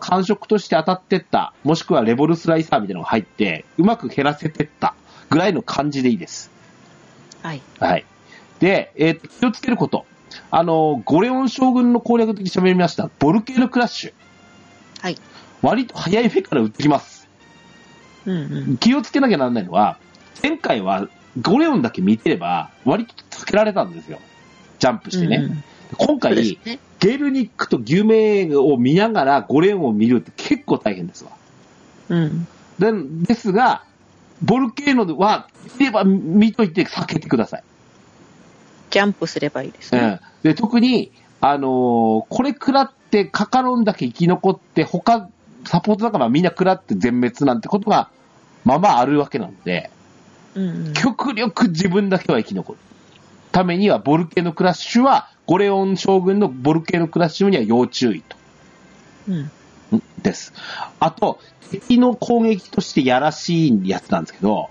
S1: 感触として当たってった、もしくはレボルスライサーみたいなのが入って、うまく減らせてったぐらいの感じでいいです。
S2: はい。
S1: はい。で、えーと気をつけること。あの、ゴレオン将軍の攻略的に喋りました、ボルケーノクラッシュ。
S2: はい。
S1: 割と早い目から打ってきます。
S2: うんうん。
S1: 気をつけなきゃならないのは、前回はゴレオンだけ見てれば、割とつけられたんですよ。ジャンプしてね。
S2: うんうん
S1: 今
S2: そう
S1: 回、
S2: ですね。
S1: ゲルニックと牛名を見ながらゴレオンを見るって結構大変ですわ。
S2: うん。
S1: でですが、ボルケーノは、できれば見といて避けてください。
S2: ジャンプすればいいです
S1: う
S2: ね。
S1: ん。で、特に、あのーこれ食らって、カカロンだけ生き残って、他、サポート仲間みんな食らって全滅なんてことが、まあまああるわけなので、
S2: うんうん。
S1: 極力自分だけは生き残る。ためには、ボルケーノクラッシュは、ゴレオン将軍のボルケーノクラッシュには要注意と。
S2: うん。
S1: んです。あと、敵の攻撃としてやらしいやつなんですけど、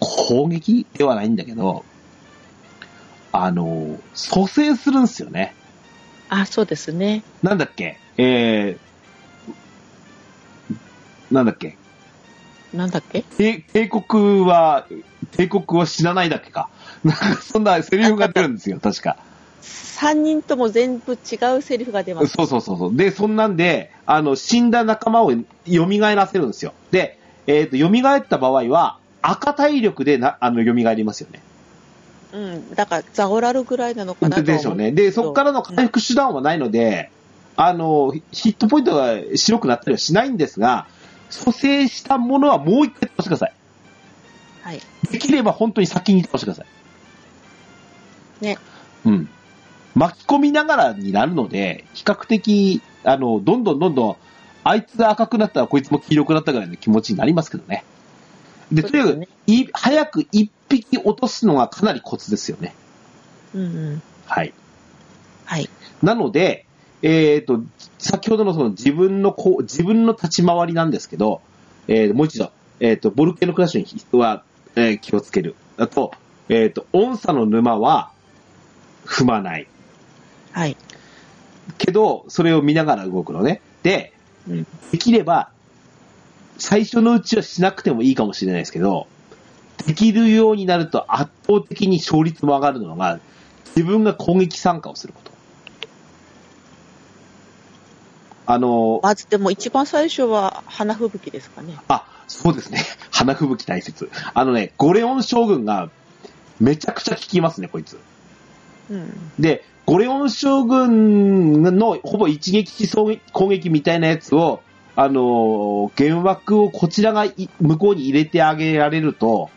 S1: 攻撃ではないんだけど、あの、蘇生するんですよね。
S2: あ、そうですね。
S1: なんだっけえー、なんだっけ
S2: なんだっけ
S1: 帝帝国は、帝国は死なないだっけか。 [laughs] なんかそんなセリフが出るんですよ、確か。
S2: 三人とも全部違うセリフが出ます。
S1: そうそうそうそう。で、そんなんで、あの、死んだ仲間を蘇らせるんですよ。で、えっ、と、蘇った場合は、赤体力でな、あの、蘇りますよね。
S2: うん。だから、ザオラルぐらいなのかなとは思
S1: でしょうね。で、そこからの回復手段はないので、あの、ヒヒットポイントが白くなったりはしないんですが、蘇生したものはもう一回倒してください。
S2: はい。
S1: できれば本当に先に倒してください。
S2: ね。
S1: うん。巻き込みながらになるので、比較的、あの、どんどんどんどん、あいつが赤くなったらこいつも黄色くなったぐらいの気持ちになりますけどね。で、
S2: そう
S1: とに
S2: で
S1: か
S2: す
S1: く、
S2: ね
S1: い早く一匹落とすのがかなりコツですよね。
S2: うんうん。
S1: はい。
S2: はい。
S1: なので、えっ、と、先ほどのその自分のこう、自分の立ち回りなんですけど、えーもう一度、えっ、と、ボルケのクラッシュには、えー気をつける。あと、えっ、と、音差の沼は踏まない。
S2: はい。
S1: けど、それを見ながら動くのね。で、
S2: うん
S1: できれば、最初のうちはしなくてもいいかもしれないですけど、できるようになると圧倒的に勝率も上がるのが、自分が攻撃参加をすること。あの、
S2: まず、でも一番最初は、花吹雪ですかね。
S1: あ、そうですね。 [laughs] 花吹雪大切。あのね、ゴレオン将軍がめちゃくちゃ効きますね、こいつ。
S2: うん。
S1: で、ゴレオン将軍のほぼ一撃攻撃みたいなやつを、あのー原爆をこちらがい向こうに入れてあげられると、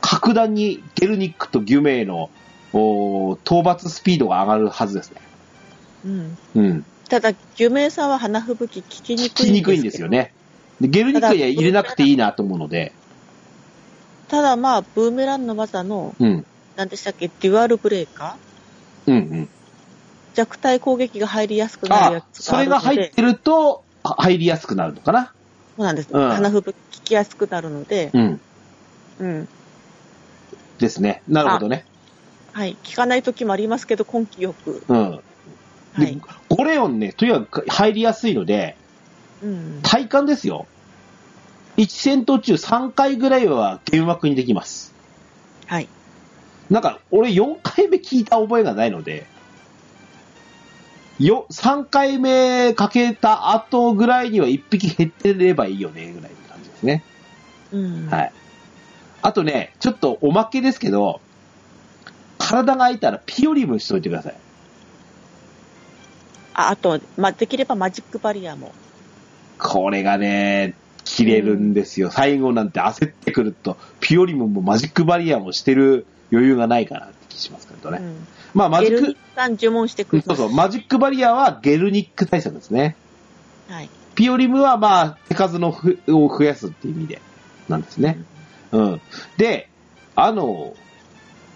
S1: 格段にゲルニックとギュメイのおー討伐スピードが上がるはずですね。
S2: うん。
S1: うん。
S2: ただ、有名さんは花吹雪聞きに
S1: 聞
S2: くい
S1: きにくいんですよ。ね。でゲルニックには入れなくていいなと思うので、
S2: ただまあ、ブーメランの技の、
S1: うん。
S2: 何でしたっけ、デュアルブレーカ
S1: う
S2: ー
S1: んうん。
S2: 弱体攻撃が入りやすくなるや
S1: あ、
S2: つ
S1: そ
S2: があ
S1: れ
S2: る
S1: が
S2: ので。
S1: 入ってると、あ入りやすくなるのかな。
S2: そうなんです。
S1: うん
S2: 花吹雪聞きやすくなるので、
S1: うん。
S2: うん。
S1: ですね。なるほどね。
S2: はい。聞かない時もありますけど、根気よく。
S1: うん。
S2: は
S1: で、
S2: い。
S1: ゴレオンね、とにかく入りやすいので、
S2: うん。
S1: 体感ですよ。1戦闘中3回ぐらいは幻惑にできます。
S2: はい。
S1: なんか、俺4回目聞いた覚えがないので、よ、3回目かけた後ぐらいには1匹減ってればいいよね、ぐらいの感じですね。
S2: うん。
S1: はい。あとね、ちょっとおまけですけど、体が空いたらピオリムしといてください。
S2: ああと、ま、できればマジックバリアも。
S1: これがね、切れるんですよ。最後なんて焦ってくると、ピオリムもマジックバリアもしてる余裕がないかなって気しますけど
S2: う
S1: ね。
S2: ん。
S1: まあ、マ
S2: ゲ
S1: ジッ
S2: ルニ
S1: ク
S2: ッ、さん呪文してくる。
S1: そうそう、マジックバリアはゲルニック対策ですね。
S2: はい。
S1: ピオリムはまあ、手数のふを増やすっていう意味で、なんですね。うん。で、あの、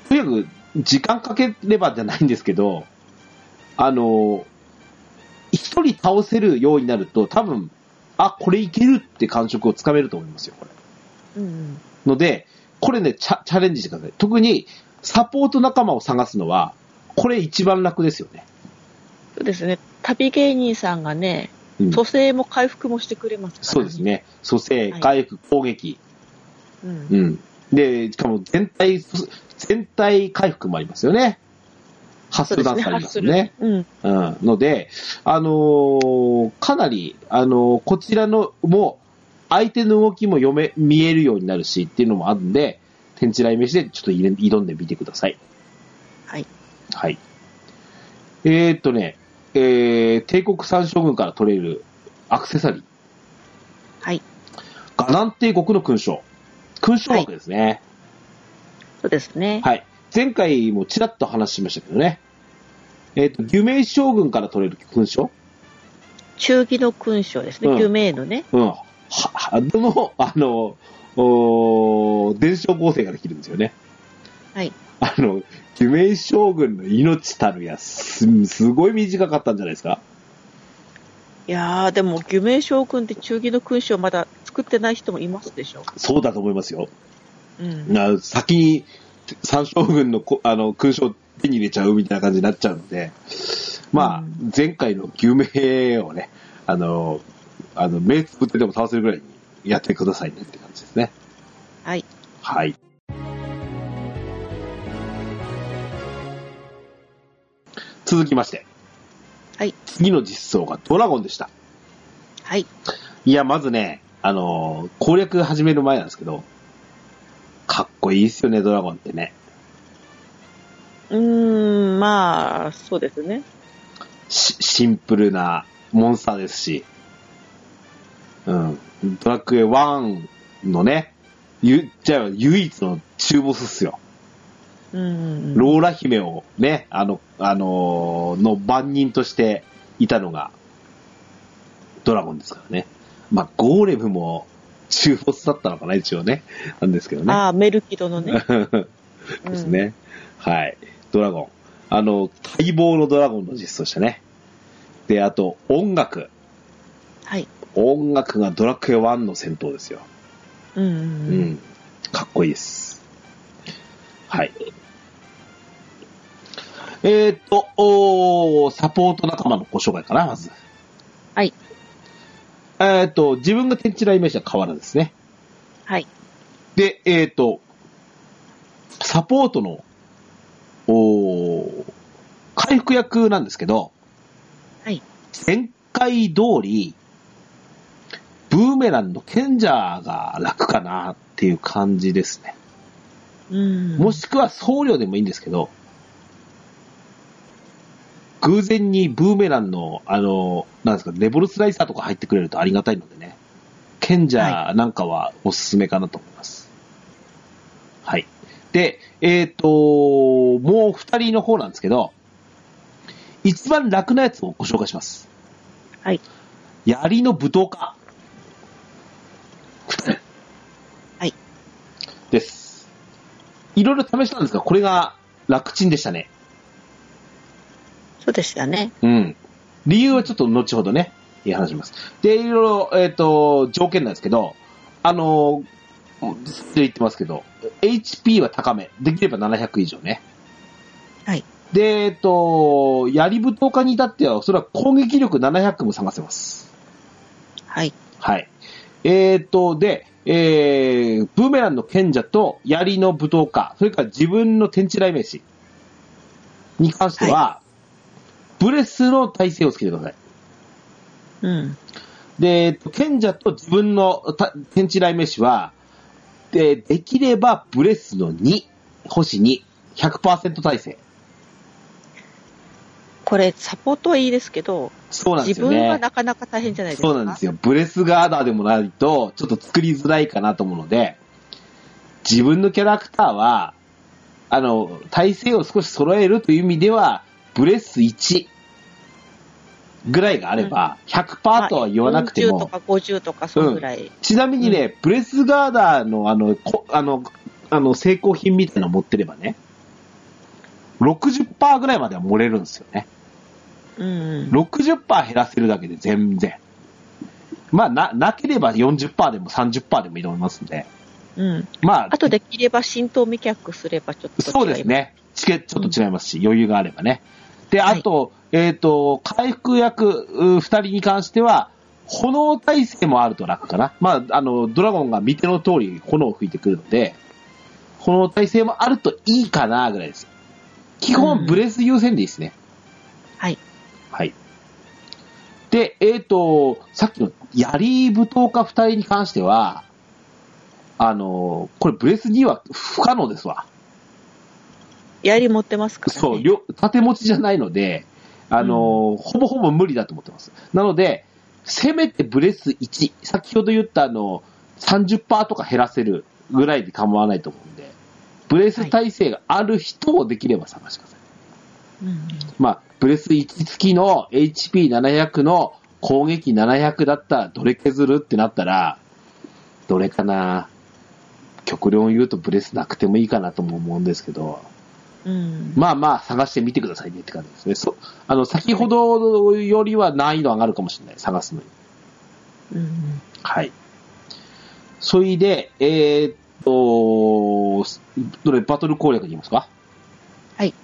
S1: とにかく時間かければじゃないんですけど、あの、一人倒せるようになると、多分、あ、これいけるって感触をつかめると思いますよ、これ。
S2: うん。
S1: ので、これね、チャチャレンジしてください。特に、サポート仲間を探すのは、これ一番楽ですよね。
S2: そうですね。旅芸人さんがね、
S1: うん、
S2: 蘇生も回復もしてくれますから、
S1: そうです。ね。蘇生、回復、攻撃。
S2: う。
S1: うんん。で、しかも全体、全体回復もありますよね。ハッスルダンスありますよね。
S2: うん。
S1: うん。ので、あのーかなり、あのーこちらの、もう、相手の動きも読め、見えるようになるしっていうのもあるんで、天地雷鳴しでちょっと入れ挑んでみてください。
S2: はい。
S1: はい。えー、っとね、えー、帝国三将軍から取れるアクセサリー。
S2: はい。
S1: ガナン帝国の勲章。勲章枠ですね。
S2: そうですね。
S1: はい。前回もちらっと話しましたけどね。えーっと、義名将軍から取れる勲章。
S2: 忠義の勲章ですね。
S1: うん
S2: 救命のね。
S1: うん。は、は、どの、あの、おー伝承合成ができるんですよね。
S2: はい。
S1: あの、偽名将軍の命たるや、す、すごい短かったんじゃないですか
S2: いやー、でも、偽名将軍って忠義の勲章まだ作ってない人もいますでしょ。
S1: そうだと思いますよ。
S2: うん。
S1: な先に、三将軍のこ、あの、勲章を手に入れちゃうみたいな感じになっちゃうので、まあ
S2: う、
S1: 前回の偽名をね、あの、あの、目つぶってでも倒せるぐらいにやってくださいねって感じですね。
S2: はい。
S1: はい。続きまして。
S2: はい。
S1: 次の実装がドラゴンでした。
S2: はい。
S1: いや、まずね、あのー攻略始める前なんですけど、かっこいいっすよね、ドラゴンってね。
S2: うーん、まあ、そうですね。
S1: しシンプルなモンスターですし、うん。ドラクエ1のね、言っちゃえば唯一の中ボスっすよ。
S2: うん。
S1: ローラ姫をね、あの、あのーの番人としていたのが、ドラゴンですからね。まあ、ゴーレムも中ボスだったのかな、一応ね。なんですけどね。
S2: ああ、メルキドのね。うん
S1: [laughs] です。ね。はい。ドラゴン。あの、待望のドラゴンの実装したね。で、あと、音楽。
S2: はい。
S1: 音楽がドラクエ1の戦闘ですよ。
S2: うんう
S1: うんん。かっこいいです。はい。えーっと、おーサポート仲間のご紹介かな、まず。
S2: はい。
S1: えーっと、自分が天地雷鳴者河原ですね。
S2: はい。
S1: で、えーっと、サポートの、おー回復役なんですけど、
S2: はい。
S1: 前回通り、ブーメランの賢者が楽かなっていう感じですね。
S2: うん。
S1: もしくは僧侶でもいいんですけど、偶然にブーメランの、あの、なんですか、レボルスライサーとか入ってくれるとありがたいのでね、賢者なんかはおすすめかなと思います。はい。で、えっ、と、もう二人の方なんですけど、一番楽なやつをご紹介します。
S2: はい。
S1: 槍の武闘家。
S2: はい。
S1: です。いろいろ試したんですが、これが楽ちんでしたね。
S2: そうでしたね。
S1: うん。理由はちょっと後ほどね、えー話します。で、いろいろ、えっ、と、条件なんですけど、あのー、ずっと言ってますけど、HP は高め。できれば700以上ね。
S2: はい。
S1: で、えっ、と、槍舞踏家に至っては、それは攻撃力700も探せます。
S2: はい。
S1: はい。えっ、と、で、えー、ブーメランの賢者と槍の舞踏家、それから自分の天地雷鳴士に関しては、ブレスの耐性をつけてください。
S2: うん。
S1: で、えっと賢者と自分のた天地雷鳴士は、で、できればブレスの2、星2、100%耐性。
S2: これ、サポートはいいですけど、
S1: そうなんです
S2: 自
S1: よ
S2: 分は
S1: ね。
S2: なかなか大変じゃないですか。
S1: そうなんですよ。ブレスガーダーでもないと、ちょっと作りづらいかなと思うので、自分のキャラクターは、あの、耐性を少し揃えるという意味では、ブレス1ぐらいがあれば、100%とは言わなくても、
S2: 40とか50とか、そのぐらい。
S1: ちなみにね、ブレスガーダーのあの、こあの、あの、成功品みたいなの持ってればね、60%ぐらいまでは盛れるんですよね。
S2: うん。
S1: 60%減らせるだけで全然。まあ、な、なければ40%でも30%でも挑みますんで。
S2: うん。
S1: まあ
S2: あ、とできれば浸透未却すればちょっと違い
S1: そうです。ね。チケちょっと違いますし、余裕があればね。で、
S2: はい
S1: あと、えっ、と、回復役2人に関しては、炎耐性もあると楽かな。まあ、あの、ドラゴンが見ての通り炎を吹いてくるので、炎耐性もあるといいかな、ぐらいです。基
S2: うん
S1: 本、ブレス優先でいいですね。
S2: はい。
S1: はい。で、えっ、と、さっきの槍舞踏家2人に関しては、あの、これブレス2は不可能ですわ。
S2: 槍持ってますからね。
S1: そう、両縦持ちじゃないので、あのーほぼほぼ無理だと思ってます。なので、せめてブレス1、先ほど言ったあの、30%とか減らせるぐらいで構わないと思うんで、ブレス体制がある人をできれば探してください。
S2: うん。
S1: まあ、ブレス1付きの HP700 の攻撃700だったらどれ削るってなったら、どれかな極論言うとブレスなくてもいいかなとも思うんですけど、
S2: うん。
S1: まあまあ探してみてくださいねって感じですね。そう。あの、先ほどよりは難易度上がるかもしれない。探すのに。
S2: うん。
S1: はい。それで、えーっと、どれ、バトル攻略にいきますか
S2: はい。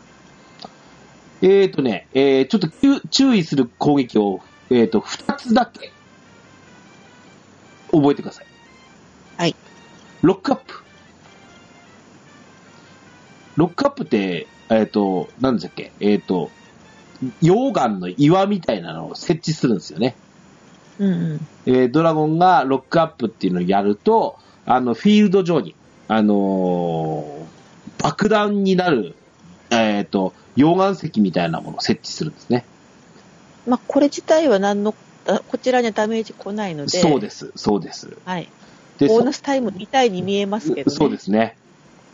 S1: えーっとね、えー、ちょっと注注意する攻撃を、えーっと、二つだけ、覚えてください。
S2: はい。
S1: ロックアップ。ロックアップって、えーっと、なんでしたっけえーっと、溶岩の岩みたいなのを設置するんですよね。
S2: うん。
S1: えードラゴンがロックアップっていうのをやると、あの、フィールド上に、あのー爆弾になる、えっ、と、溶岩石みたいなものを設置するんですね。
S2: まあ、これ自体は何の、あこちらにはダメージ来ないので。
S1: そうです、そうです。
S2: はい。
S1: で
S2: ボー
S1: そ
S2: ナスタイムみたいに見えますけど、ね。。
S1: そうですすね。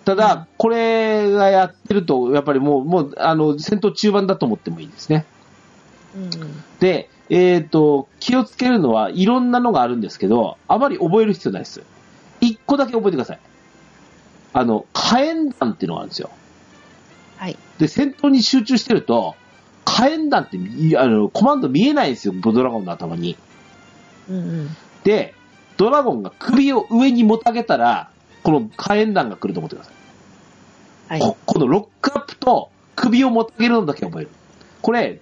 S1: た
S2: うん
S1: だ、これがやってると、やっぱりもう、もう、あの、戦闘中盤だと思ってもいいですね。
S2: うん。
S1: で、えっ、と、気をつけるのはいろんなのがあるんですけど、あまり覚える必要ないです。一個だけ覚えてください。あの、火炎弾っていうのがあるんですよ。
S2: はい。
S1: で、戦闘に集中してると、火炎弾ってみ、あの、コマンド見えないんですよ、ボドラゴンの頭に。
S2: うんうん。
S1: で、ドラゴンが首を上にもたげたら、この火炎弾が来ると思ってください。
S2: はい。
S1: ここのロックアップと首をもたげるのだけ覚える。これ、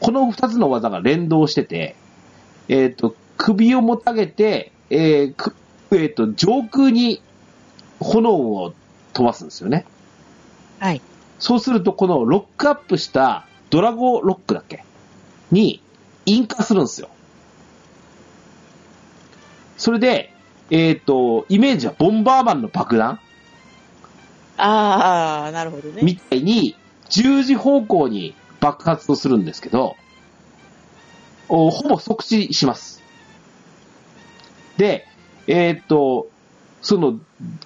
S1: この二つの技が連動してて、えっ、と、首をもたげて、えーくえーと、上空に炎を飛ばすんですよね。
S2: はい。
S1: そうすると、このロックアップしたドラゴロックだっけに引火するんですよ。それで、えっ、と、イメージはボンバーマンの爆弾
S2: ああ、なるほどね。
S1: みたいに、十字方向に爆発をするんですけど、おほぼ即死します。で、えーっと、その、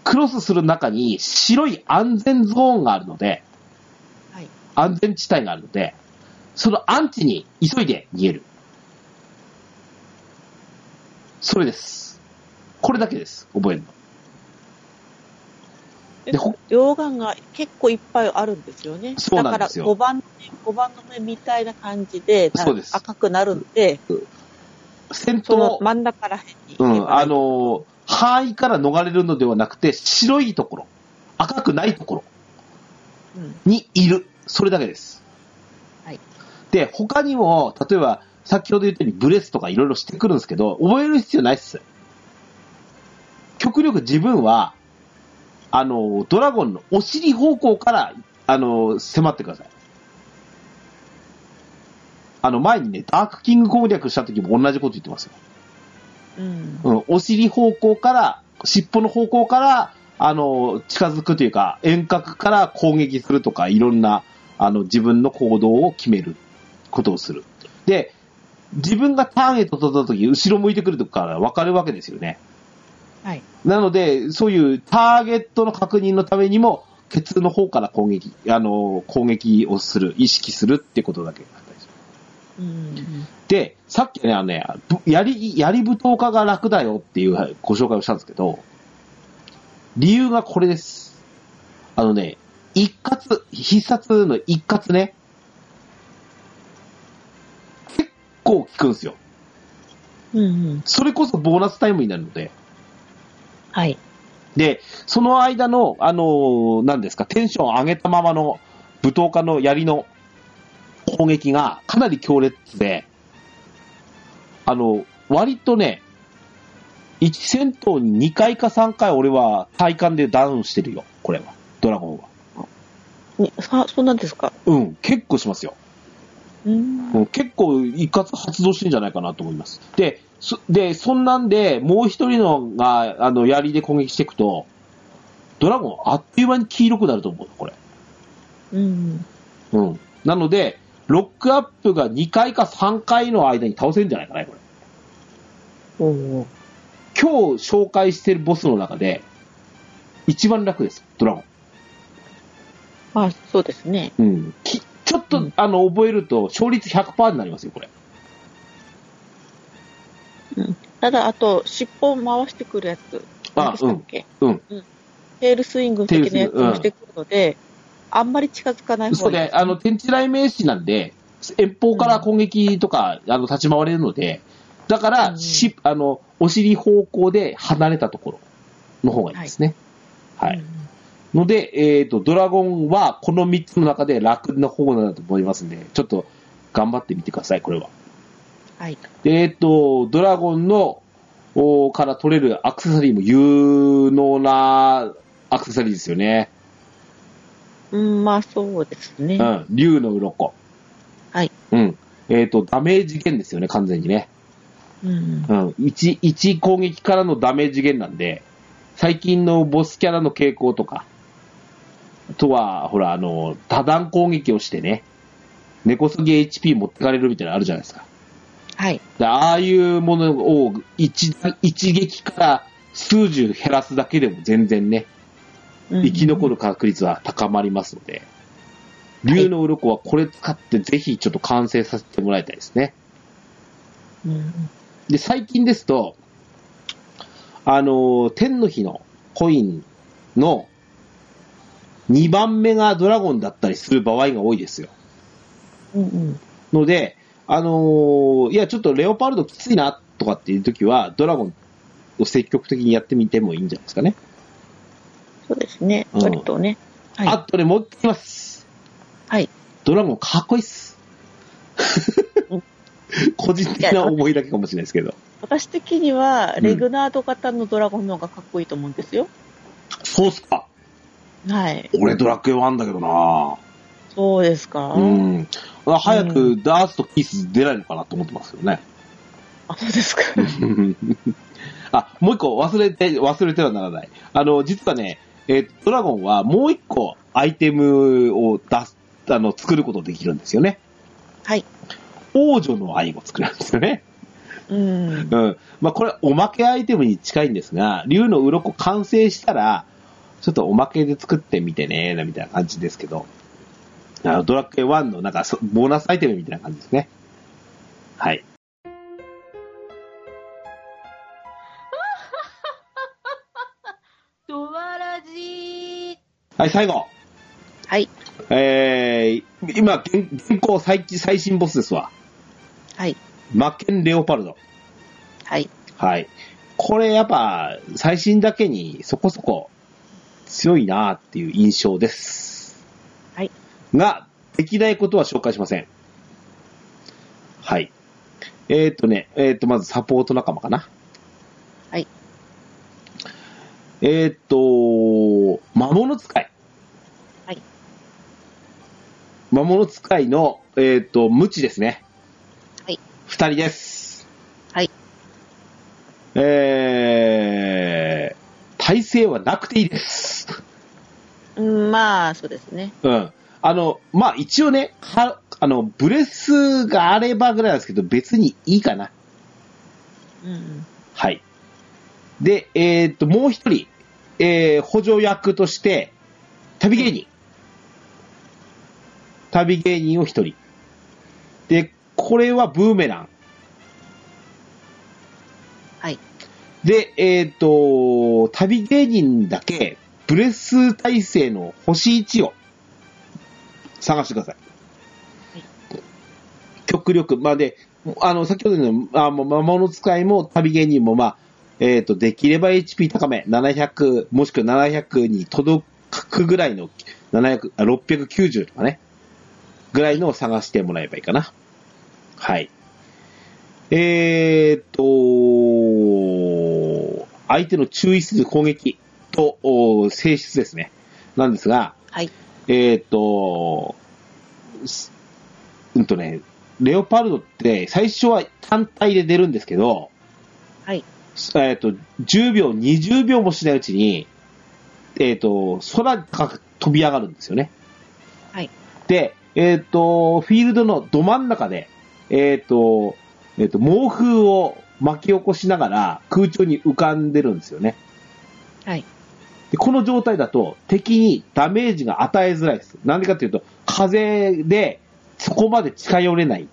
S1: クロスする中に白い安全ゾーンがあるので、
S2: はい
S1: 安全地帯があるので、そのアンチに急いで逃げる。それです。これだけです。覚えるの。でほ
S2: 溶岩が結構いっぱいあるんですよね。
S1: そうなんですよ
S2: だから5番の目、5番の目みたいな感じで、な
S1: そうです
S2: 赤くなるんで、
S1: 戦
S2: その
S1: 闘、
S2: 真ん中らへんに。
S1: うん、あ、のー範囲から逃れるのではなくて、白いところ、赤くないところ
S2: うん、
S1: にいる。それだけです。
S2: はい。
S1: で、他にも、例えば、先ほど言ったようにブレスとかいろいろしてくるんですけど、覚える必要ないっす。極力自分は、あのードラゴンのお尻方向から、あのー迫ってください。あの、前にね、ダークキング攻略した時も同じこと言ってますよ。
S2: うん。
S1: うん、お尻方向から、尻尾の方向から、あの、近づくというか、遠隔から攻撃するとか、いろんな、あの、自分の行動を決めることをする。で、自分がターンへと取った時、後ろ向いてくるとこから分かるわけですよね。
S2: はい。
S1: なので、そういうターゲットの確認のためにも、ケツの方から攻撃、あの、攻撃をする、意識するってことだけ。
S2: うん。
S1: で、さっきね、あのね、ぶ槍、槍舞踏家が楽だよっていうご紹介をしたんですけど、理由がこれです。あのね、一括、必殺の一括ね、結構効くんですよ。
S2: うんうん。
S1: それこそボーナスタイムになるので、
S2: はい。
S1: で、その間の、あのー、何ですか、テンション上げたままの舞踏家の槍の攻撃がかなり強烈で、あの、割とね、1戦闘に2回か3回俺は体感でダウンしてるよ、これは。ドラゴンは。
S2: にさそんなんですか。
S1: うん、結構しますよ。
S2: うん。
S1: うん結構一括発動してんじゃないかなと思います。で、そで、そんなんで、もう一人のが、あの、槍で攻撃していくと、ドラゴンあっという間に黄色くなると思う、これ。
S2: うん。
S1: うん。なので、ロックアップが2回か3回の間に倒せるんじゃないかな、これ。
S2: おお。
S1: 今日紹介してるボスの中で、一番楽です、ドラゴン。
S2: まあ、そうですね。
S1: うん。きちょっと、
S2: うん
S1: あの、覚えると、勝率100%になりますよ、これ。
S2: ただ、あと、尻尾を回してくるやつ。何
S1: あ
S2: で、し
S1: う
S2: たっ
S1: ん。
S2: け
S1: うん。
S2: テールスイング的なやつもしてくるので、あんまり近づかない
S1: そ
S2: 方
S1: う
S2: がいい
S1: で、あの、天地雷名詞なんで、遠方から攻撃とか、あの、立ち回れるので、だから、
S2: うん
S1: し、あの、お尻方向で離れたところの方がいいですね。はい。
S2: うん
S1: ので、えっ、と、ドラゴンはこの3つの中で楽な方なんだと思いますんで、ちょっと頑張ってみてください、これは。
S2: はい。
S1: でえっ、と、ドラゴンの、おから取れるアクセサリーも有能なアクセサリーですよね。
S2: うん、まあ、そうですね。
S1: うん。竜の鱗。
S2: はい。
S1: うん。えっ、と、ダメージ減ですよね、完全にね。
S2: うん。
S1: うん。1、一攻撃からのダメージ減なんで、最近のボスキャラの傾向とか、あとは、ほら、あの、多段攻撃をしてね、根こそぎ HP 持ってかれるみたいなのあるじゃないですか。
S2: はい。
S1: でああいうものを一一撃から数十減らすだけでも全然ね、
S2: うん
S1: 生き残る確率は高まりますので、竜の鱗はこれ使ってぜひちょっと完成させてもらいたいですね。
S2: うん。
S1: で、最近ですと、あのー天の日のコインの2番目がドラゴンだったりする場合が多いですよ。
S2: うんうん。
S1: ので、あのーいや、ちょっとレオパルドきついなとかっていう時は、ドラゴンを積極的にやってみてもいいんじゃないですかね。
S2: そうですね。
S1: うん
S2: 割とね。はい。
S1: あとね、もう一回言います。
S2: はい。
S1: ドラゴンかっこいいっす
S2: うん。
S1: [laughs] 個人的な思いだけかもしれないですけど。
S2: 私的には、
S1: うん
S2: レグナード型のドラゴンの方がかっこいいと思うんですよ。
S1: そうっすか。
S2: はい。
S1: 俺ドラクエ1だけどなぁ。
S2: そうですか。
S1: うん。あ早くダースとキース出ないのかなと思ってますよね。 [laughs]
S2: あ、そうですか。
S1: あ、もう一個忘れて、忘れてはならない。あの、実はね、えードラゴンはもう一個アイテムを出す、あの、作ることできるんですよね。
S2: はい。
S1: 王女の愛を作るんですよね。
S2: うん
S1: う。ん。まあ、これ、おまけアイテムに近いんですが、竜の鱗完成したら、ちょっとおまけで作ってみてね、みたいな感じですけど、あのドラクエ1のなんか、そボーナスアイテムみたいな感じですね。はい。
S4: ドワラジー
S1: はい、最後。
S2: はい。
S1: えー、今、現現行最最新ボスですわ。
S2: はい。
S1: マッケン・レオパルド。
S2: はい。
S1: はい。これやっぱ最新だけにそこそこ強いなっていう印象です。
S2: はい。
S1: が、できないことは紹介しません。はい。えーっ、とね、えーっ、と、まずサポート仲間かな。
S2: はい。
S1: えーっ、と、魔物使い。
S2: はい。
S1: 魔物使いの、えーっ、と、無知ですね。
S2: はい。
S1: 二人です。
S2: はい。
S1: えー、体勢はなくていいです。 [laughs]
S2: うん、まあ、そうですね。
S1: うん。あの、まあ、一応ね、は、あの、ブレスがあればぐらいなんですけど、別にいいかな。
S2: うん。
S1: はい。で、えーっと、もう一人、えー、補助役として、旅芸人。旅芸人を一人。で、これはブーメラン。
S2: はい。
S1: で、えーっと、旅芸人だけ、ブレス体制の星1を探してください
S2: はい。
S1: 極力、まあ、で、あの、先ほどの、あもう魔物使いも旅芸人も、まあ、えっ、と、できれば HP 高め、700、もしくは700に届くぐらいの、700、あ690とかね、ぐらいのを探してもらえばいいかな。はい。えっ、と、相手の注意する攻撃と、お性質ですね。なんですが、
S2: はい。
S1: えーっ、と、すうんとね、レオパルドって最初は単体で出るんですけど、
S2: はい。
S1: すえーっ、と、10秒、20秒もしないうちに、えーっ、と、空高く飛び上がるんですよね。
S2: はい。
S1: で、えーっ、と、フィールドのど真ん中で、えーっ、と、えーっ、と、猛風を巻き起こしながら空中に浮かんでるんですよね。
S2: はい。
S1: で、この状態だと敵にダメージが与えづらいです。なんでかっていうと、風でそこまで近寄れない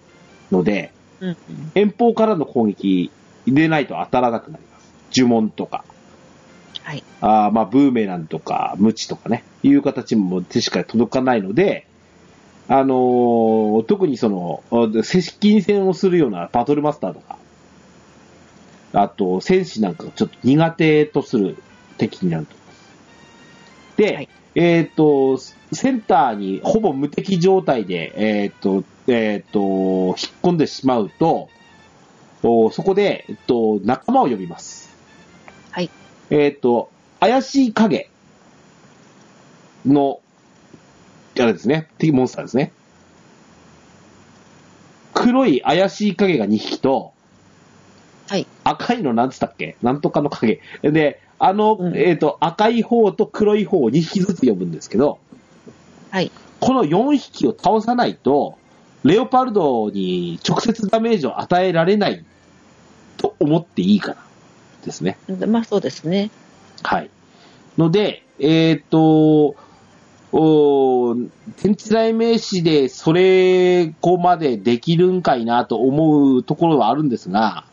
S1: ので、
S2: うん。
S1: 遠方からの攻撃でないと当たらなくなります。呪文とか、
S2: はい。
S1: あーまあ、ブーメランとか、無知とかね、いう形も手しか届かないので、あのー特にその、あ接近戦をするようなバトルマスターとか、あと、戦士なんかがちょっと苦手とする敵になると思います。で、
S2: はい
S1: えっ、と、センターにほぼ無敵状態で、えっ、と、えっ、と、引っ込んでしまうと、おそこで、えっと、仲間を呼びます。
S2: はい。
S1: えっ、と、怪しい影の、あれですね、敵モンスターですね。黒い怪しい影が2匹と、
S2: はい。
S1: 赤いのなんつったっけなんとかの影。で、あの、
S2: うん
S1: えっ、と、赤い方と黒い方を2匹ずつ呼ぶんですけど、
S2: はい。
S1: この4匹を倒さないと、レオパルドに直接ダメージを与えられないと思っていいからですね。
S2: でまあ、そうですね。
S1: はい。ので、えっ、と、おー天地代名詞でそれこまでできるんかいなと思うところはあるんですが、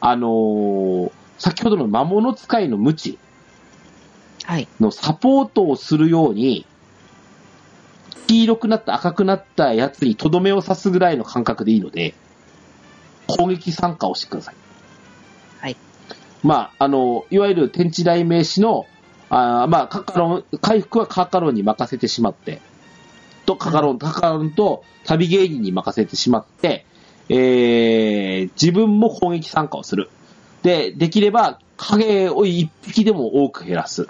S1: あのー先ほどの魔物使いの無知
S2: はい。
S1: のサポートをするように、黄色くなった赤くなったやつにとどめを刺すぐらいの感覚でいいので、攻撃参加をしてください。
S2: はい。
S1: まあ、あの、いわゆる天地代名詞の、あーまあ、カカロン、回復はカカロンに任せてしまって、と、カカロン、カカロンと旅芸人に任せてしまって、えー、自分も攻撃参加をする。で、できれば影を一匹でも多く減らす。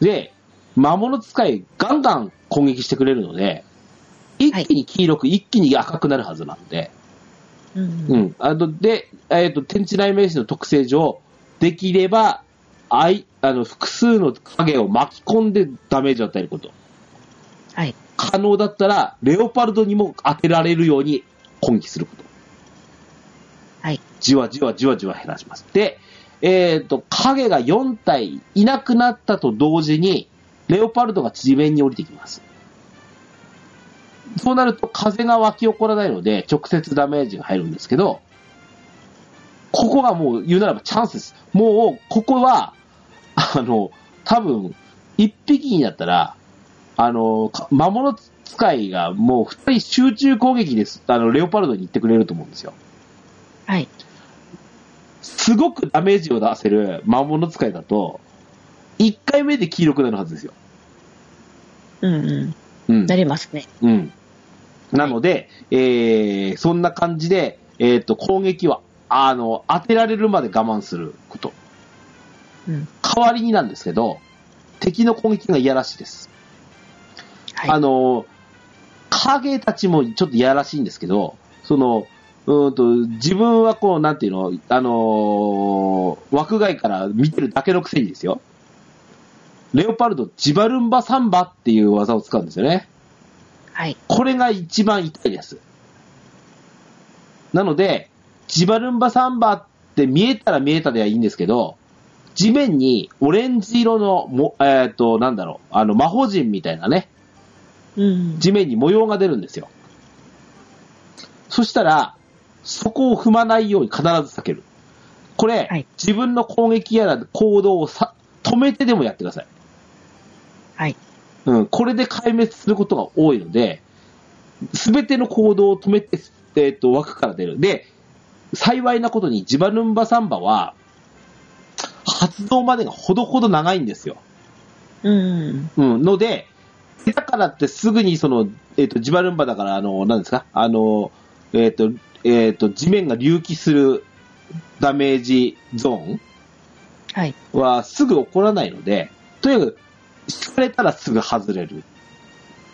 S1: で、魔物使いガンガン攻撃してくれるので、一気に黄色く、一気に赤くなるはずなんで、
S2: う。
S1: うんん。あの、で、えっ、と、天地雷鳴士の特性上、できれば、あい、あの、複数の影を巻き込んでダメージを与えること。
S2: はい。
S1: 可能だったら、レオパルドにも当てられるように攻撃すること。
S2: はい。
S1: じわじわじわじわ減らします。で、えっ、と、影が4体いなくなったと同時に、レオパルドが地面に降りてきます。そうなると風が湧き起こらないので、直接ダメージが入るんですけど、ここがもう言うならばチャンスです。もう、ここは、あの、多分、一匹になったら、あの、か魔物使いがもう二人集中攻撃です。あの、レオパルドに行ってくれると思うんですよ。
S2: はい。
S1: すごくダメージを出せる魔物使いだと、1回目で黄色くなるはずですよ。
S2: うんうん。
S1: うん
S2: な。りますね。
S1: うん。なので、えー、そんな感じで、えっ、と、攻撃は、あの、当てられるまで我慢すること。
S2: うん
S1: 代わりになんですけど、敵の攻撃がいやらしいです。
S2: はい。
S1: あの、影たちもちょっといやらしいんですけど、その、うーんと、自分はこう、なんていうの、あのー枠外から見てるだけのくせにですよ。レオパルド、ジバルンバサンバっていう技を使うんですよね。
S2: はい。
S1: これが一番痛いです。なので、ジバルンバサンバって見えたら見えたではいいんですけど、地面にオレンジ色のも、えっ、と、なんだろう、あの、魔法陣みたいなね、
S2: うん。
S1: 地面に模様が出るんですよ。そしたら、そこを踏まないように必ず避ける。これ、
S2: はい
S1: 自分の攻撃やら行動をさ止めてでもやってください。
S2: はい。
S1: うん、これで壊滅することが多いので、すべての行動を止めて、えっ、と、枠から出る。で、幸いなことに、ジバルンバサンバは、発動までがほどほど長いんですよ。
S2: うん。
S1: うん、ので、だからってすぐにその、えっ、と、ジバルンバだから、あの、何ですかあの、えっ、と、えっ、と、地面が隆起するダメージゾーン
S2: はい。
S1: はすぐ起こらないので、とにかく、敷かれたらすぐ外れる。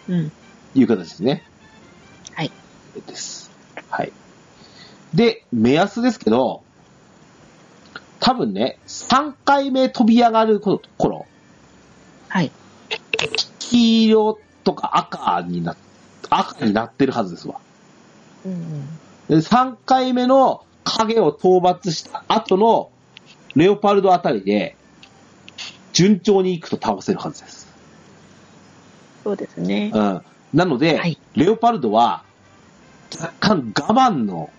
S2: うん。
S1: いう形ですね。
S2: はい。
S1: です。はい。で、目安ですけど、多分ね、3回目飛び上がる頃、頃
S2: はい。
S1: 黄色とか赤にな、赤になってるはずですわ。
S2: うん。
S1: で3回目の影を討伐した後のレオパルドあたりで、順調に行くと倒せるはずです。
S2: そうですね。
S1: うん。なので、
S2: はい
S1: レオパルドは、若干我慢の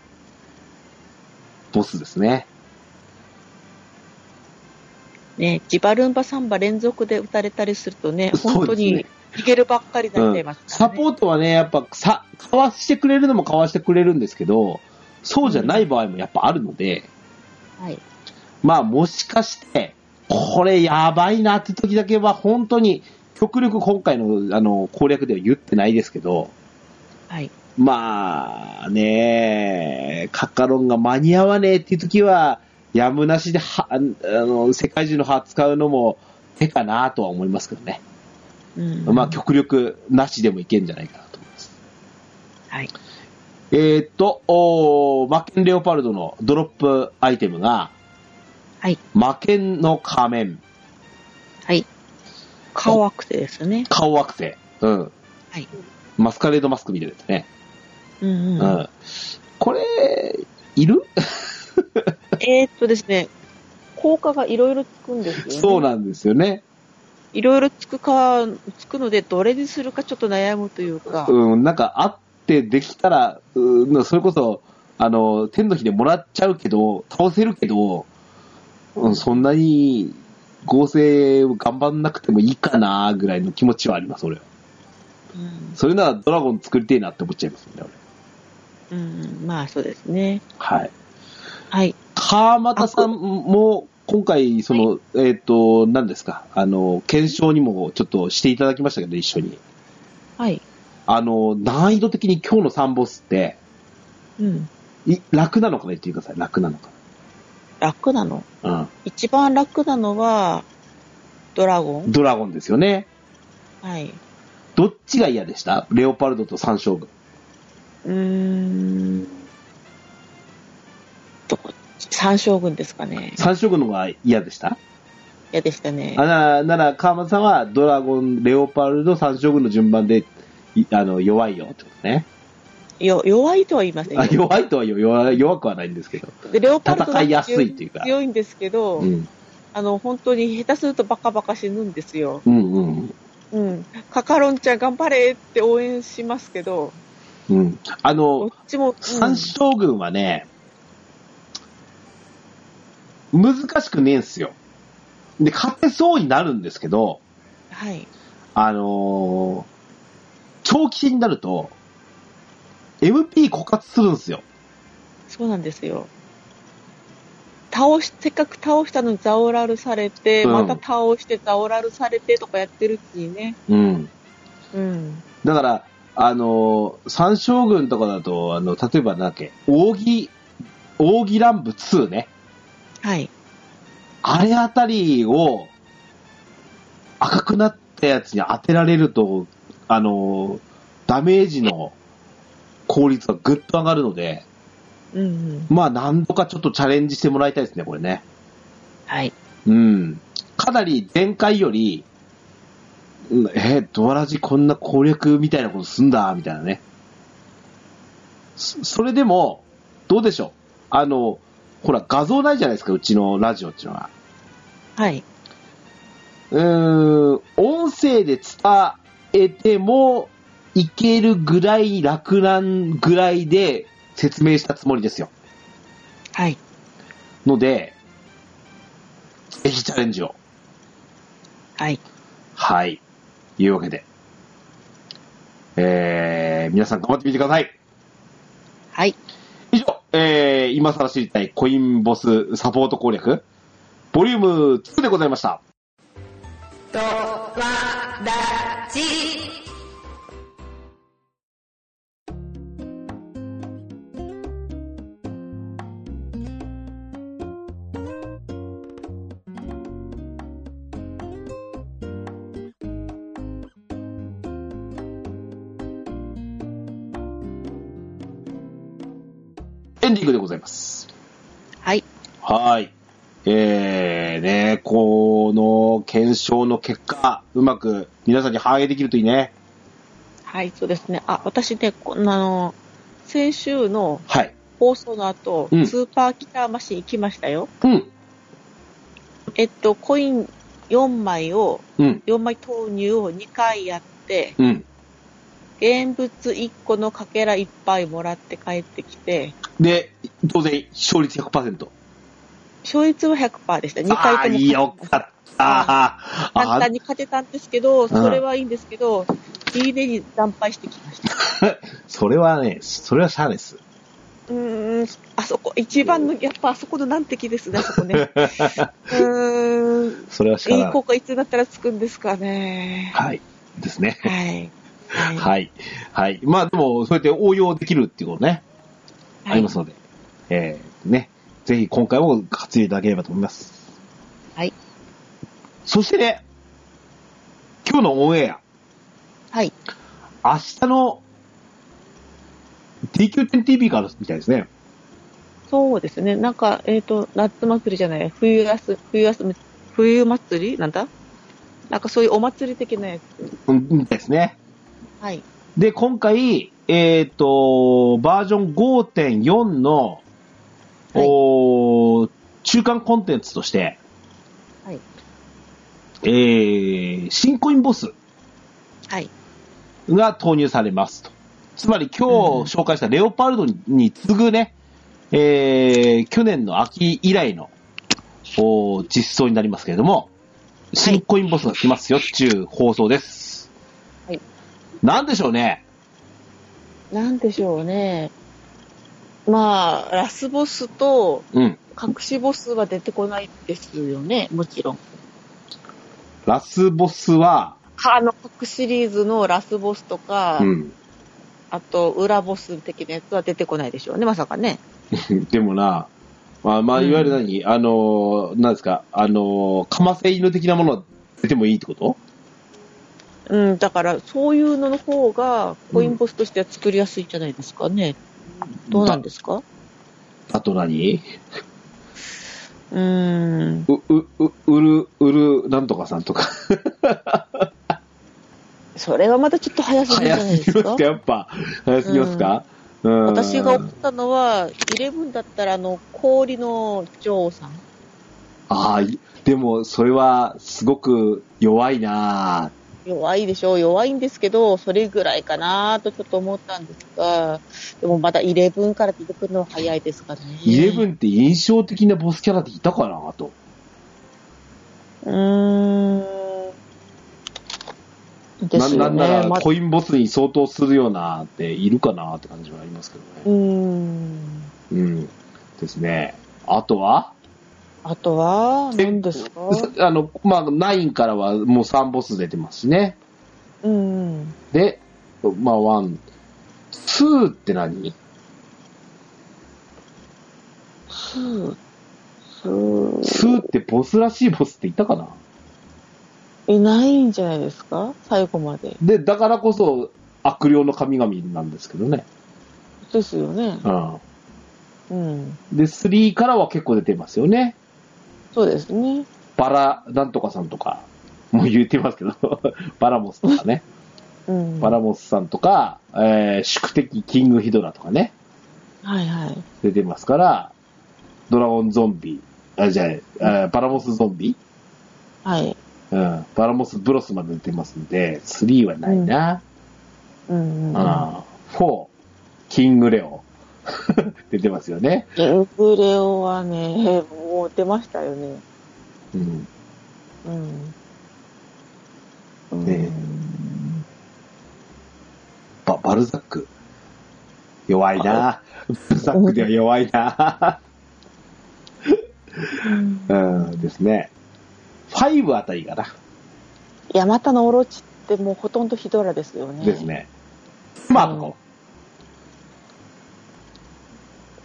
S1: ボスですね。
S2: ね、ジバルンバサンバ連続で打たれたりするとね、本
S1: そ
S2: 当
S1: うですね
S2: に逃げるばっかりになっちゃいます
S1: サ
S2: ー
S1: ポートはね、やっぱさ、かわしてくれるのもかわしてくれるんですけど、そうじゃない場合もやっぱあるので、
S2: トはい。
S1: まあもしかして、これやばいなって時だけは本当に、極力今回のあの攻略では言ってないですけど、
S2: はい。
S1: まあね、カカロンが間に合わねえっていう時は、やむなしではあの世界中の歯使うのも手かなとは思いますけどね。
S2: うん
S1: まあ極力なしでもいけんじゃないかなと思います。
S2: はい。
S1: えーっと、おーマケン・レオパルドのドロップアイテムが、
S2: はい。
S1: 魔剣の仮面、
S2: はい。顔悪くてですね。
S1: 顔惑星、うん。
S2: はい。
S1: マスカレードマスクみたいなやつね。
S2: うん
S1: う。
S2: うんん。
S1: これ、いる、
S2: えーっとですね、効果がいろいろつくんですよね。
S1: そうなんですよね。
S2: いろいろつくか、つくので、どれにするかちょっと悩むというか、
S1: うん、なんかあってできたら、うん、それこそ、あの、天の日でもらっちゃうけど、倒せるけど、うん、そんなに合成を頑張んなくてもいいかな、ぐらいの気持ちはあります、俺は。
S2: うん
S1: それならドラゴン作りてえなって思っちゃいますね、俺。
S2: うん、まあそうですね。
S1: はい。
S2: はい。
S1: 川又さんも、今回、その、えっ、と、何ですか、あの、検証にもちょっとしていただきましたけど、一緒に。
S2: はい。
S1: あの、難易度的に今日の3ボスって、
S2: うん。
S1: い楽なのかねって言ってください。楽なのか。
S2: 楽なの。
S1: うん。
S2: 一番楽なのは、ドラゴン。
S1: ドラゴンですよね。
S2: はい。
S1: どっちが嫌でしたレオパルドと三将軍。
S2: うーん。どこ三将軍ですかね。
S1: 三将軍の方が嫌でした
S2: 嫌でしたね
S1: あ。ななら、川又さんはドラゴン、レオパルド、三将軍の順番で、いあの、弱いよってことね。
S2: よ弱いとは言いません
S1: あ
S2: よ。
S1: 弱いとは言う弱弱くはないんですけど。
S2: でレオパルト
S1: 戦いやすいというか
S2: 強いんですけど、
S1: うん。
S2: あの、本当に下手するとバカバカ死ぬんですよ。
S1: うんうん
S2: うん。カカロンちゃん頑張れって応援しますけど、
S1: うん。うん。あの
S2: どっ、ちも、うん
S1: 三将軍はね、難しくねえんすよ。で、勝てそうになるんですけど、
S2: はい。
S1: あのー長期戦になると、MP 枯渇するんですよ。
S2: そうなんですよ。倒し、せっかく倒したのにザオラルされて、
S1: うん
S2: また倒してザオラルされてとかやってるうちにね。
S1: うん。
S2: うん。
S1: だから、あのー、三将軍とかだと、あの、例えばなんだっけ、扇、扇乱舞2ね。
S2: はい。
S1: あれあたりを、赤くなったやつに当てられると、あのー、ダメージの効率がぐっと上がるので、
S2: うん、うん。
S1: まあ何度かちょっとチャレンジしてもらいたいですね、これね。
S2: はい。
S1: うん。かなり前回より、うんえードアラジこんな攻略みたいなことすんだ、みたいなね。そそれでも、どうでしょう。あの、ほら、画像ないじゃないですか、うちのラジオっていうのは。
S2: はい。
S1: うーん、音声で伝えても、いけるぐらい楽なんぐらいで説明したつもりですよ。
S2: はい。
S1: ので、ぜひチャレンジを。
S2: はい。
S1: はい。いうわけで。えー、皆さん頑張ってみてください。
S2: はい。
S1: 以上、えー、今更知りたいコインボスサポート攻略、ボリューム2でございました。
S4: ドワラジ
S1: エンディングでございます。
S2: はい。
S1: はい。えー、ね、この検証の結果、うまく皆さんに反映できるといいね。
S2: はい。そうですね。あ、私ね、こんなあの、先週の
S1: はい。
S2: 放送の後、
S1: うん
S2: スーパーキターマシン行きましたよ。
S1: うん。
S2: えっと、コイン4枚を、
S1: うん。
S2: 4枚投入を2回やって、
S1: うん。
S2: 現物1個のかけら1杯もらって帰ってきて、
S1: で、当然、勝率100%。
S2: 勝率は100%でした。2
S1: ああ
S2: 回とも勝
S1: ー、
S2: て
S1: よかった。あ
S2: 簡単に勝てたんですけど、それはいいんですけど、いいねに惨敗してきました。
S1: それはね、それはシャーネス。
S2: うーん、あそこ、一番の、やっぱあそこの難敵です
S1: [laughs]
S2: ね、あそこね。うーん、
S1: それはしか
S2: いい
S1: ない。
S2: 効果いつになったらつくんですかね。
S1: はい。ですね。
S2: はい。はい。
S1: はい。はい。まあでも、そうやって応用できるっていうことね、
S2: はい
S1: ありますので、えー、ね、ぜひ今回も活用いただければと思います。
S2: はい。
S1: そしてね、今日のオンエア、
S2: はい。
S1: 明日の TQ10TV からみたいですね。
S2: そうですね。なんか、えっ、と、夏祭りじゃない、冬休み、冬休み、冬祭りなんだなんかそういうお祭り的なやつ。
S1: うん、みたいですね。
S2: はい。
S1: で、今回、えっ、と、バージョン5.4の、
S2: はい
S1: おー中間コンテンツとして、
S2: はい。
S1: えー、新コインボス
S2: はい。
S1: が投入されますと。つまり今日紹介したレオパルドにに次ぐね、えー、去年の秋以来のおー実装になりますけれども、新コインボスが来ますよっていう放送です。
S2: はい。
S1: なんでしょうね。
S2: なんでしょうね。まあ、ラスボスと
S1: うん。
S2: 隠しボスは出てこないですよね、もちろん。
S1: ラスボスは、
S2: あの、各シリーズのラスボスとか、
S1: うん。
S2: あと、裏ボス的なやつは出てこないでしょうね、まさかね。
S1: でもな、まあ、まあ、
S2: うん
S1: いわゆる何、あのー、なんですか、あのー、かませ犬的なものは出てもいいってこと
S2: うん、だから、そういうのの方が、コインボスとしては作りやすいんじゃないですかね。どうなんですか
S1: あと何
S2: うーん。
S1: う、う、う、うる、うる、なんとかさんとか。
S2: それはまたちょっと早すぎじゃ
S1: 早
S2: な
S1: すぎ
S2: いで
S1: ますす
S2: か
S1: かやっぱ。早すぎますか、うん、
S2: 私が思ったのは、イレブンだったら、あの、氷の女王さん。
S1: ああ、いでも、それは、すごく弱いな
S2: 弱いでしょう、弱いんですけど、それぐらいかなとちょっと思ったんですが、でもまだ11から出てくるのは早いですかね。
S1: イレブンって印象的なボスキャラっていたかなと。
S2: うーん。ですよ
S1: ななんな
S2: ね。
S1: ら、
S2: ま
S1: コインボスに相当するようなっているかなって感じはありますけど
S2: う
S1: ね。
S2: ーん。
S1: うん。ですね。あとは
S2: あとは、
S1: え
S2: 何です
S1: [laughs]
S2: か
S1: あの、まあ、9からはもう3ボス出てますしね。
S2: うんうん。
S1: で、まあ、1、2って何
S2: スー、スー、
S1: ?2 ってボスらしいボスっていたかない
S2: ないんじゃないですか最後まで。
S1: で、だからこそ悪霊の神々なんですけどね。
S2: ですよね。
S1: うん。
S2: うん。
S1: で、3からは結構出てますよね。
S2: そうですね。
S1: バラなんとかさんとか、もう言ってますけど、 [laughs] バラモスとかね。
S2: うん。
S1: バラモスさんとか、えー宿敵キングヒドラとかね、
S2: はいはい。
S1: 出てますから、ドラゴンゾンビ、あ、じゃあえー、バラモスゾンビ
S2: はい。
S1: うん。バラモスブロスまで出てますんで、3はないな。
S2: うん
S1: うん。
S2: うん。
S1: 4、キングレオ。 [laughs] 出てますよね。
S2: でウクレオはね、もう出ましたよね。
S1: うん。
S2: うん。
S1: ねバ、バルザック。弱いな。バルザックでは弱いな。
S2: うん
S1: うん、ですね。5あたりかな。
S2: ヤマタのオロチってもうほとんどヒドラですよね。
S1: です。ね。まあ、こ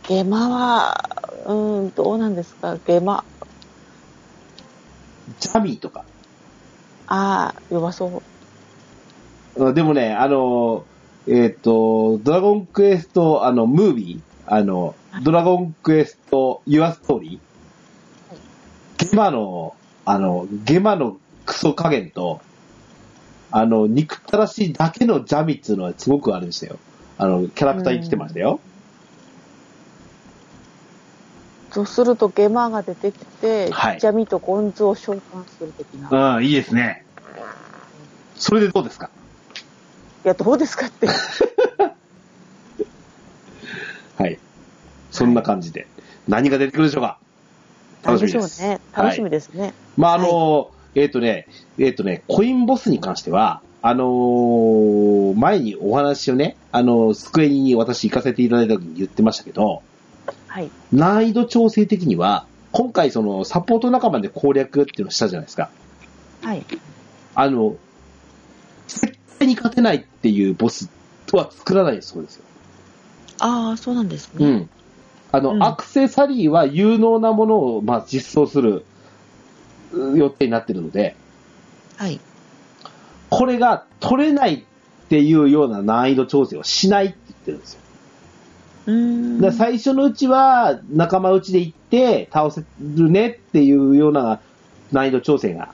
S2: ゲマは、うん、どうなんですかゲマ、
S1: うジャミーとか。
S2: ああ、弱そう。
S1: うんでもね、あの、えっ、と、ドラゴンクエスト、あの、ムービー、あの、ドラゴンクエスト、ユアストーリー。ゲマの、あの、ゲマのクソ加減と、あの、憎たらしいだけのジャミっていうのはすごくあれでしたよ。あの、キャラクター生きてましたよ。
S2: とするとゲマが出てきて、
S1: はい
S2: ジャミとゴンズを召喚する的な。い
S1: うん、いいですね。それでどうですか
S2: や、どうですかって。
S1: はい。そんな感じで。何が出てくるでしょうか楽しみです。
S2: なんでしょうね。楽しみですね。
S1: まあ、あの、えっ、とね、えっ、とね、コインボスに関しては、あのー前にお話をね、あのー、スクエニに私行かせていただいた時に言ってましたけど、
S2: はい。
S1: 難易度調整的には、今回そのサポート仲間で攻略っていうのをしたじゃないですか。
S2: はい。
S1: あの、絶対に勝てないっていうボスは作らないそうですよ。
S2: ああ、そうなんです
S1: う
S2: ね。
S1: ん。あの、
S2: うん
S1: アクセサリーは有能なものを、まあ、実装するう予定になってるので、
S2: はい。
S1: これが取れないっていうような難易度調整をしないって言ってるんですよ。
S2: うーん。
S1: だから最初のうちは仲間内で行って倒せるねっていうような難易度調整が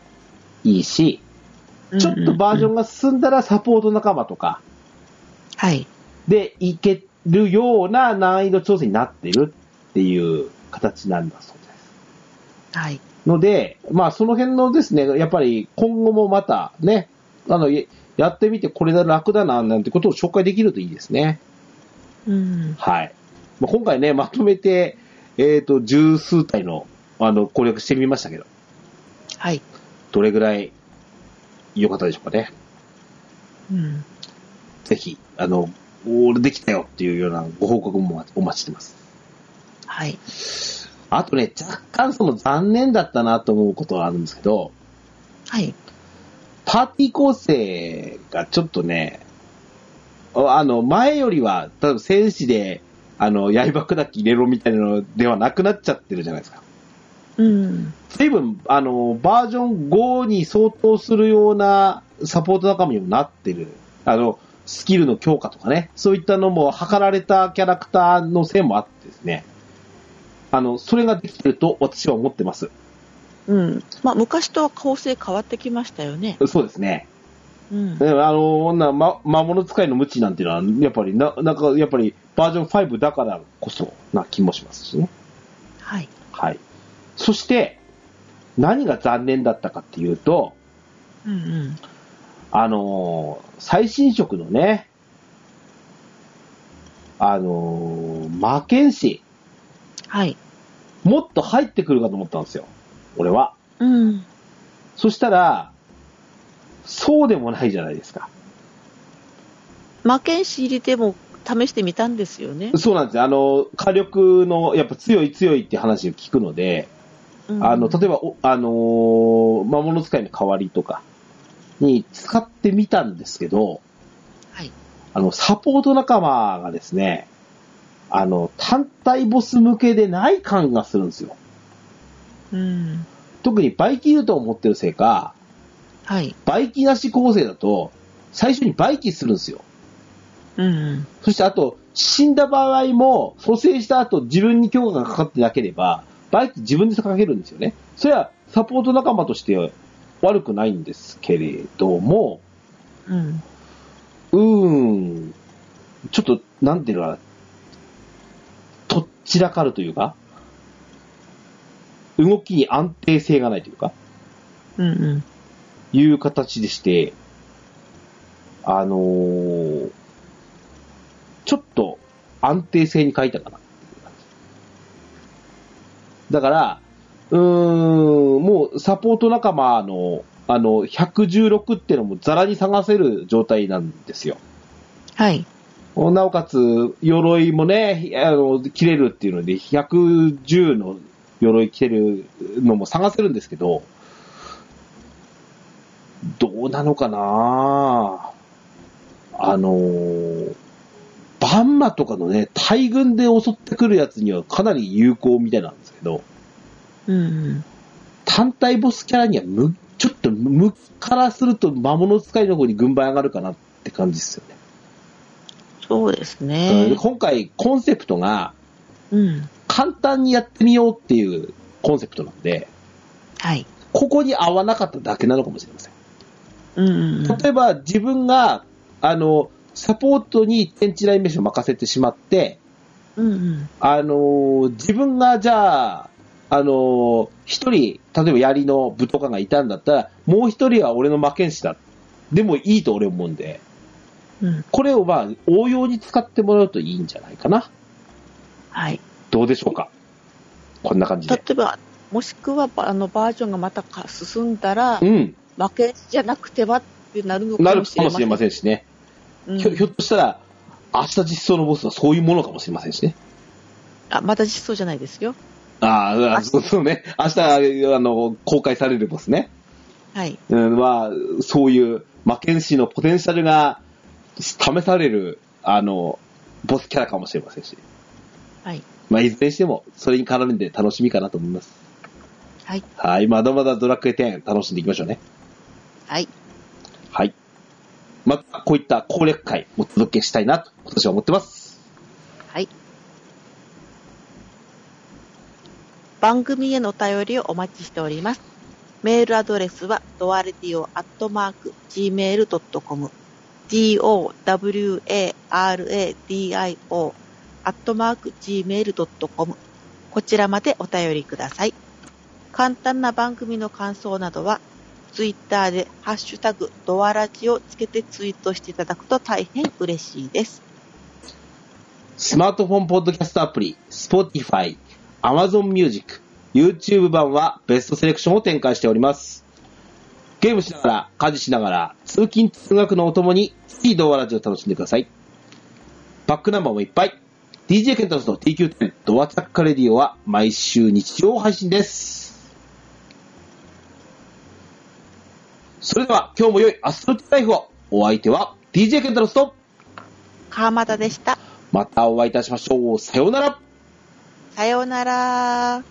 S1: いいし、ちょっとバージョ
S2: ン。
S1: ンが進んだらサポート仲間とか
S2: はい。
S1: でいけるような難易度調整になってるっていう形なんだそうです。
S2: はい。
S1: ので、まあその辺のですね、やっぱり今後もまたね、あの、ややってみてこれが楽だな、なんてことを紹介できるといいですね。
S2: うん。
S1: はい。まあ、今回ね、まとめて、えっ、と、十数体の、あの、攻略してみましたけど、
S2: はい。
S1: どれぐらい良かったでしょうかね。
S2: うん。
S1: ぜひ、あの、俺できたよっていうようなご報告もお待ちしてます。
S2: はい。
S1: あとね、若干その残念だったなと思うことはあるんですけど、
S2: はい。
S1: パーティー構成がちょっとね、ああの、前よりは、多分戦士で、あの、刃砕き入れろみたいなのではなくなっちゃってるじゃないですか。
S2: うん。
S1: 随分、あの、バージョン5に相当するようなサポート仲間にもなってる。あの、スキルの強化とかね、そういったのも図られたキャラクターのせいもあってですね。あの、それができてると私は思ってます。
S2: うん。まあ、昔とは構成変わってきましたよね。
S1: そうですね。
S2: うん。
S1: ねあの、女、ま、魔物使いの無知なんていうのは、やっぱりな、なんか、やっぱり、バージョン5だからこそな気もしますしね。
S2: はい。
S1: はい。そして、何が残念だったかっていうと、
S2: うんうん。
S1: あのー最新色のね、あのー魔剣士、
S2: はい。
S1: もっと入ってくるかと思ったんですよ。俺は。
S2: うん。
S1: そしたら、そうでもないじゃないですか。
S2: 魔剣士入れても試してみたんですよね。
S1: そうなんですよ。あの、火力の、やっぱ強い強いって話を聞くので、
S2: うん
S1: あの、例えば、おあのー魔物使いの代わりとかに使ってみたんですけど、
S2: はい
S1: あの、サポート仲間がですね、あの、単体ボス向けでない感がするんですよ。
S2: うん。
S1: 特にバイキルトを持ってるせいか、
S2: はい。
S1: バイキなし構成だと、最初にバイキするんですよ。
S2: うん。
S1: そしてあと、死んだ場合も、蘇生した後自分に強化がかかってなければ、バイキ自分で掲げるんですよね。それはサポート仲間として悪くないんですけれども、
S2: うん。
S1: うーん、ちょっと、なんていうのかな、とっちらかるというか、動きに安定性がないというか、
S2: うん。うん。
S1: いう形でして、あのーちょっと安定性に書いたかなっていう感じ。だから、うーん、もうサポート仲間の、あの、116ってのもザラに探せる状態なんですよ。
S2: はい。
S1: なおかつ、鎧もね、あの、切れるっていうので、110の鎧切れるのも探せるんですけど、どうなのかなあのーバンマとかのね、大群で襲ってくるやつにはかなり有効みたいなんですけど、
S2: うん。
S1: 単体ボスキャラにはむ、ちょっと無からすると魔物使いの方に軍配上がるかなって感じですよね。
S2: そうです
S1: うん
S2: ね。
S1: 今回、コンセプトが、
S2: うん。
S1: 簡単にやってみようっていうコンセプトなんで、
S2: はい。
S1: ここに合わなかっただけなのかもしれません。
S2: うんうんうん。
S1: 例えば自分が、あの、サポートに天地ラインメッシュを任せてしまって、
S2: うんうん。
S1: あの、自分がじゃあ、あの、一人、例えば槍の部とかがいたんだったら、もう一人は俺の魔剣士だ。でもいいと俺思うんで、
S2: うん。
S1: これをまあ応用に使ってもらうといいんじゃないかな。
S2: はい。
S1: どうでしょうかこんな感じ
S2: 例
S1: で。
S2: えば、もしくは、ばあの、バージョンがまたか進んだら
S1: う、ん。
S2: 負けじゃなくてはってなるの
S1: な
S2: か
S1: る
S2: もし
S1: か
S2: れ
S1: も
S2: ま
S1: し
S2: せ
S1: れ
S2: ん。
S1: ませんしね。
S2: うん
S1: ひょひょっとしたら、明日実装のボスはそういうものかもしれませんしね。
S2: あ、まだ実装じゃないですよ。
S1: あーあ、
S2: 日
S1: そうそうね。明日、あの、公開されるボスね。
S2: はい。
S1: うん、は、そういう、魔剣士のポテンシャルが試される、あの、ボスキャラかもしれませんし。
S2: はい。
S1: まあ、いずれにしても、それに絡んで楽しみかなと思います。
S2: はい。
S1: はい。まだまだドラクエ10楽しんでいきましょうね。
S2: はい。
S1: はい。また、こういった攻略会お届けしたいなと、今年は思ってます。
S2: はい。番組へのお便りをお待ちしております。メールアドレスは、ドアレディオアットマーク、gmail.com、d-o-w-a-r-a-d-i-o アットマーク、gmail.com、こちらまでお便りください。簡単な番組の感想などは、ツイッターで、ハッシュタグ、ドアラジをつけてツイートしていただくと大変嬉しいです。
S1: スマートフォンポッドキャストアプリ、Spotify、Amazon Music、YouTube 版はベストセレクションを展開しております。ゲームしながら、家事しながら、通勤通学のお供に、いい動画ラジオを楽しんでください。バックナンバーもいっぱい。DJ ケンタロスの TQ10 ドアチャッカレディオは毎週日曜配信です。それでは今日も良いアストロティライフを。お相手は DJ ケンタロスと
S2: 川又でした。
S1: またお会いいたしましょう。さようなら。
S2: さようなら。